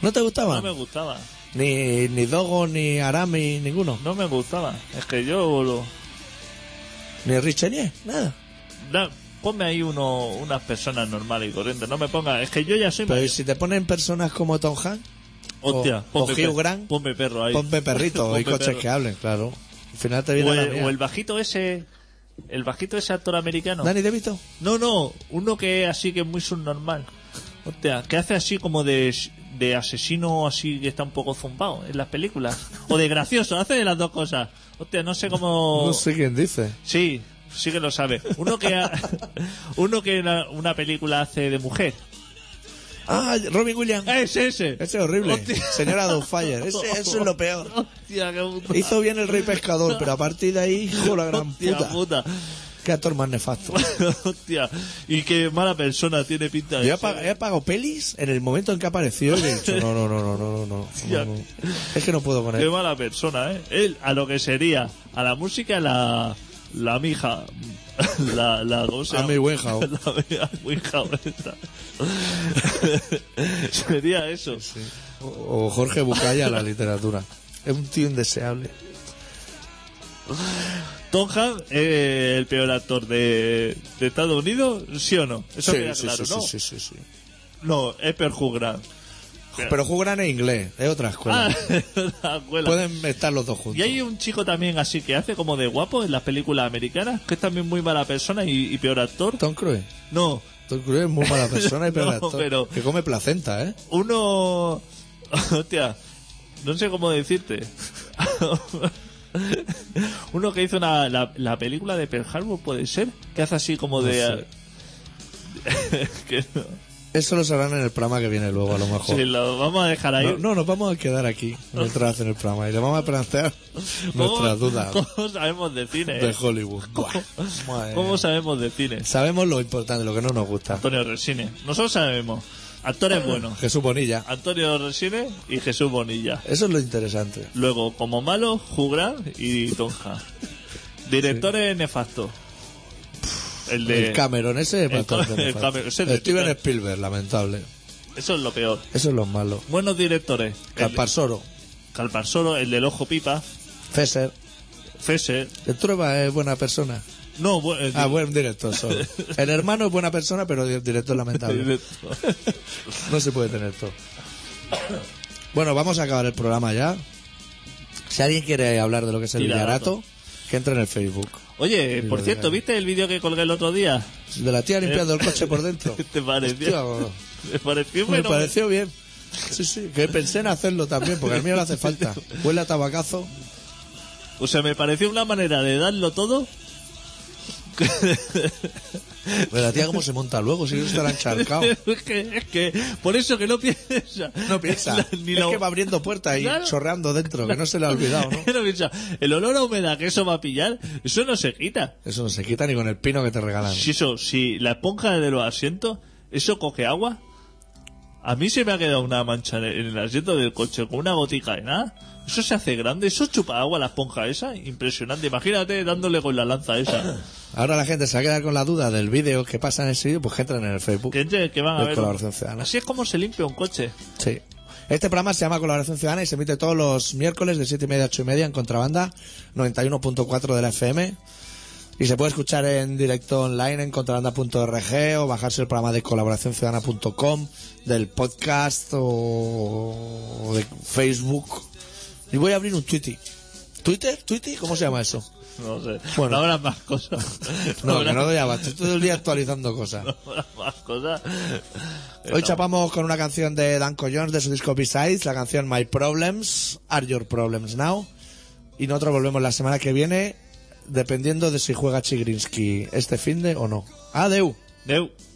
Speaker 2: ¿No te
Speaker 3: No
Speaker 2: gustaban?
Speaker 3: me gustaban.
Speaker 2: Ni, ni Dogo, ni Arami, ninguno.
Speaker 3: No me gustaban. Es que yo... Lo...
Speaker 2: Ni Richenier, nada.
Speaker 3: da- Ponme ahí uno, unas personas normales y corrientes. No me pongas... Es que yo ya soy...
Speaker 2: Pero ¿y
Speaker 3: mayor.
Speaker 2: si te ponen personas como Tom Hanks,
Speaker 3: Hostia,
Speaker 2: o- o
Speaker 3: ponme,
Speaker 2: Hugh
Speaker 3: per-
Speaker 2: Grant,
Speaker 3: ponme perro ahí.
Speaker 2: ponme perrito y
Speaker 3: Ponme
Speaker 2: coches
Speaker 3: perro.
Speaker 2: que hablen, claro. Al final te viene
Speaker 3: O
Speaker 2: la
Speaker 3: el,
Speaker 2: mía.
Speaker 3: o el bajito ese. El bajito ese actor americano.
Speaker 2: ¿Dani DeVito?
Speaker 3: No, no. Uno que es así que es muy subnormal. Hostia, que hace así como de, de asesino así que está un poco zumbado en las películas. O de gracioso, hace de las dos cosas. Hostia, no sé cómo.
Speaker 2: No sé quién dice.
Speaker 3: Sí, sí que lo sabe. Uno que ha- uno que una, una película hace de mujer.
Speaker 2: Ah, Robin Williams.
Speaker 3: Es ese.
Speaker 2: Ese es horrible.
Speaker 3: Hostia.
Speaker 2: Señora Doubtfire. Ese, eso es lo peor.
Speaker 3: Hostia, qué puta.
Speaker 2: Hizo bien el rey pescador, pero a partir de ahí, hijo de la gran
Speaker 3: Hostia,
Speaker 2: puta.
Speaker 3: puta.
Speaker 2: Qué actor más nefasto.
Speaker 3: Hostia, y qué mala persona tiene pinta de
Speaker 2: Yo he
Speaker 3: ser.
Speaker 2: pa- he pagado pelis en el momento en que apareció y he dicho, no, no, no, no, no, no, no, no, no. Es que no puedo con
Speaker 3: Qué
Speaker 2: él.
Speaker 3: mala persona, ¿eh? Él, a lo que sería, a la música, la, la mija. La, la, ¿cómo se
Speaker 2: A
Speaker 3: llama?
Speaker 2: mi Winehouse.
Speaker 3: La mi- a mi Winehouse esta. sería eso.
Speaker 2: O o Jorge Bucaya a la literatura. Es un tío indeseable.
Speaker 3: Tom Hanks eh, el peor actor de, de Estados Unidos, ¿sí o no? Eso queda claro,
Speaker 2: sí,
Speaker 3: ¿no?
Speaker 2: sí, sí, sí.
Speaker 3: No, es peor Hugh Grant.
Speaker 2: Pero jugarán en inglés, es otra escuela.
Speaker 3: Ah, la abuela.
Speaker 2: Pueden estar los dos
Speaker 3: Y
Speaker 2: juntos.
Speaker 3: hay un chico también así que hace como de guapo en las películas americanas, que es también muy mala persona y, y peor actor.
Speaker 2: Tom Cruise.
Speaker 3: No,
Speaker 2: Tom Cruise es muy mala persona y peor
Speaker 3: No,
Speaker 2: actor.
Speaker 3: pero-
Speaker 2: Que come placenta, ¿eh?
Speaker 3: uno... Hostia, no sé cómo decirte. uno que hizo una- la, la película de Pearl Harbor, puede ser, que hace así como de... que no.
Speaker 2: Eso lo sabrán en el programa que viene luego, a lo mejor.
Speaker 3: Sí, lo vamos a dejar ahí.
Speaker 2: No, no, nos vamos a quedar aquí mientras hacen el programa y le vamos a plantear
Speaker 3: ¿Cómo-
Speaker 2: nuestras dudas
Speaker 3: ¿Cómo sabemos de cine?
Speaker 2: de
Speaker 3: eh?
Speaker 2: Hollywood. Buah, madre
Speaker 3: ¿Cómo
Speaker 2: mía.
Speaker 3: sabemos de cine?
Speaker 2: Sabemos lo importante, lo que no nos gusta.
Speaker 3: Antonio Resine. Nosotros sabemos. Actores buenos.
Speaker 2: Jesús Bonilla.
Speaker 3: Antonio Resine y Jesús Bonilla.
Speaker 2: Eso es lo interesante.
Speaker 3: Luego, como malo, Jugra y Tonja. Directores nefastos. El de.
Speaker 2: El Cameron, ese es
Speaker 3: El
Speaker 2: bastante
Speaker 3: Cam- el
Speaker 2: nefasto.
Speaker 3: Cameron, ese de-
Speaker 2: Steven Spielberg, lamentable.
Speaker 3: Eso es lo peor.
Speaker 2: Eso es lo malo.
Speaker 3: Buenos directores.
Speaker 2: Calparsoro,
Speaker 3: Calparsoro, el del ojo pipa.
Speaker 2: Fesser.
Speaker 3: Fese.
Speaker 2: El Trueba es buena persona.
Speaker 3: No, bu- el
Speaker 2: Ah, buen director solo. El hermano es buena persona, pero di- director lamentable.
Speaker 3: director.
Speaker 2: No se puede tener todo. Bueno, vamos a acabar el programa ya. Si alguien quiere hablar de lo que es el
Speaker 3: Tirabato.
Speaker 2: villarato, que entre en el Facebook.
Speaker 3: Oye, por cierto, ¿viste el vídeo que colgué el otro día?
Speaker 2: De la tía limpiando el coche por dentro.
Speaker 3: ¿Te pareció?
Speaker 2: Hostia,
Speaker 3: ¿Te pareció?
Speaker 2: Me
Speaker 3: fenomenal?
Speaker 2: pareció bien. Sí, sí, que pensé en hacerlo también, porque al mío le hace falta. Huele a tabacazo.
Speaker 3: O sea, me pareció una manera de darlo todo.
Speaker 2: Pero la tía cómo se monta luego, si no estará encharcado.
Speaker 3: es, que, es que, por eso que no piensa.
Speaker 2: No piensa.
Speaker 3: Ni
Speaker 2: es
Speaker 3: la-
Speaker 2: que va abriendo puertas y
Speaker 3: Claro.
Speaker 2: chorreando dentro, que no se le ha olvidado, ¿no?
Speaker 3: No piensa. El olor a humedad que eso va a pillar, eso no se quita.
Speaker 2: Eso no se quita ni con el pino que te regalan.
Speaker 3: Si eso, si la esponja de los asientos, eso coge agua. A mí se me ha quedado una mancha en el asiento del coche con una gotica de nada. Eso se hace grande, eso chupa agua la esponja esa, impresionante. Imagínate dándole con la lanza esa.
Speaker 2: Ahora la gente se va a quedar con la duda del vídeo que pasa en ese vídeo, pues que entren en el Facebook.
Speaker 3: Que, entre- que van a
Speaker 2: De
Speaker 3: ver.
Speaker 2: colaboración ciudadana.
Speaker 3: Así es como se limpia un coche.
Speaker 2: Sí. Este programa se llama Colaboración Ciudadana y se emite todos los miércoles de 7 y media a 8 y media en contrabanda, 91.4 de la FM. Y se puede escuchar en directo online en contrabanda.org o bajarse el programa de colaboracionciudadana.com, del podcast o o de Facebook. Y voy a abrir un Twitter. ¿Twitter? ¿Twitter? ¿Cómo se llama eso?
Speaker 3: No sé.
Speaker 2: Bueno.
Speaker 3: No habrá más cosas.
Speaker 2: No, que
Speaker 3: habrá-
Speaker 2: no doy abasto. Estoy todo el día actualizando cosas.
Speaker 3: habrá más cosas.
Speaker 2: Hoy chapamos con una canción de Danko Jones de su disco B-Sides, la canción My Problems, Are Your Problems Now. Y nosotros volvemos la semana que viene, dependiendo de si juega Chigrinsky este fin de o no. Adeu.
Speaker 3: Neu.
Speaker 1: Oh, Oh,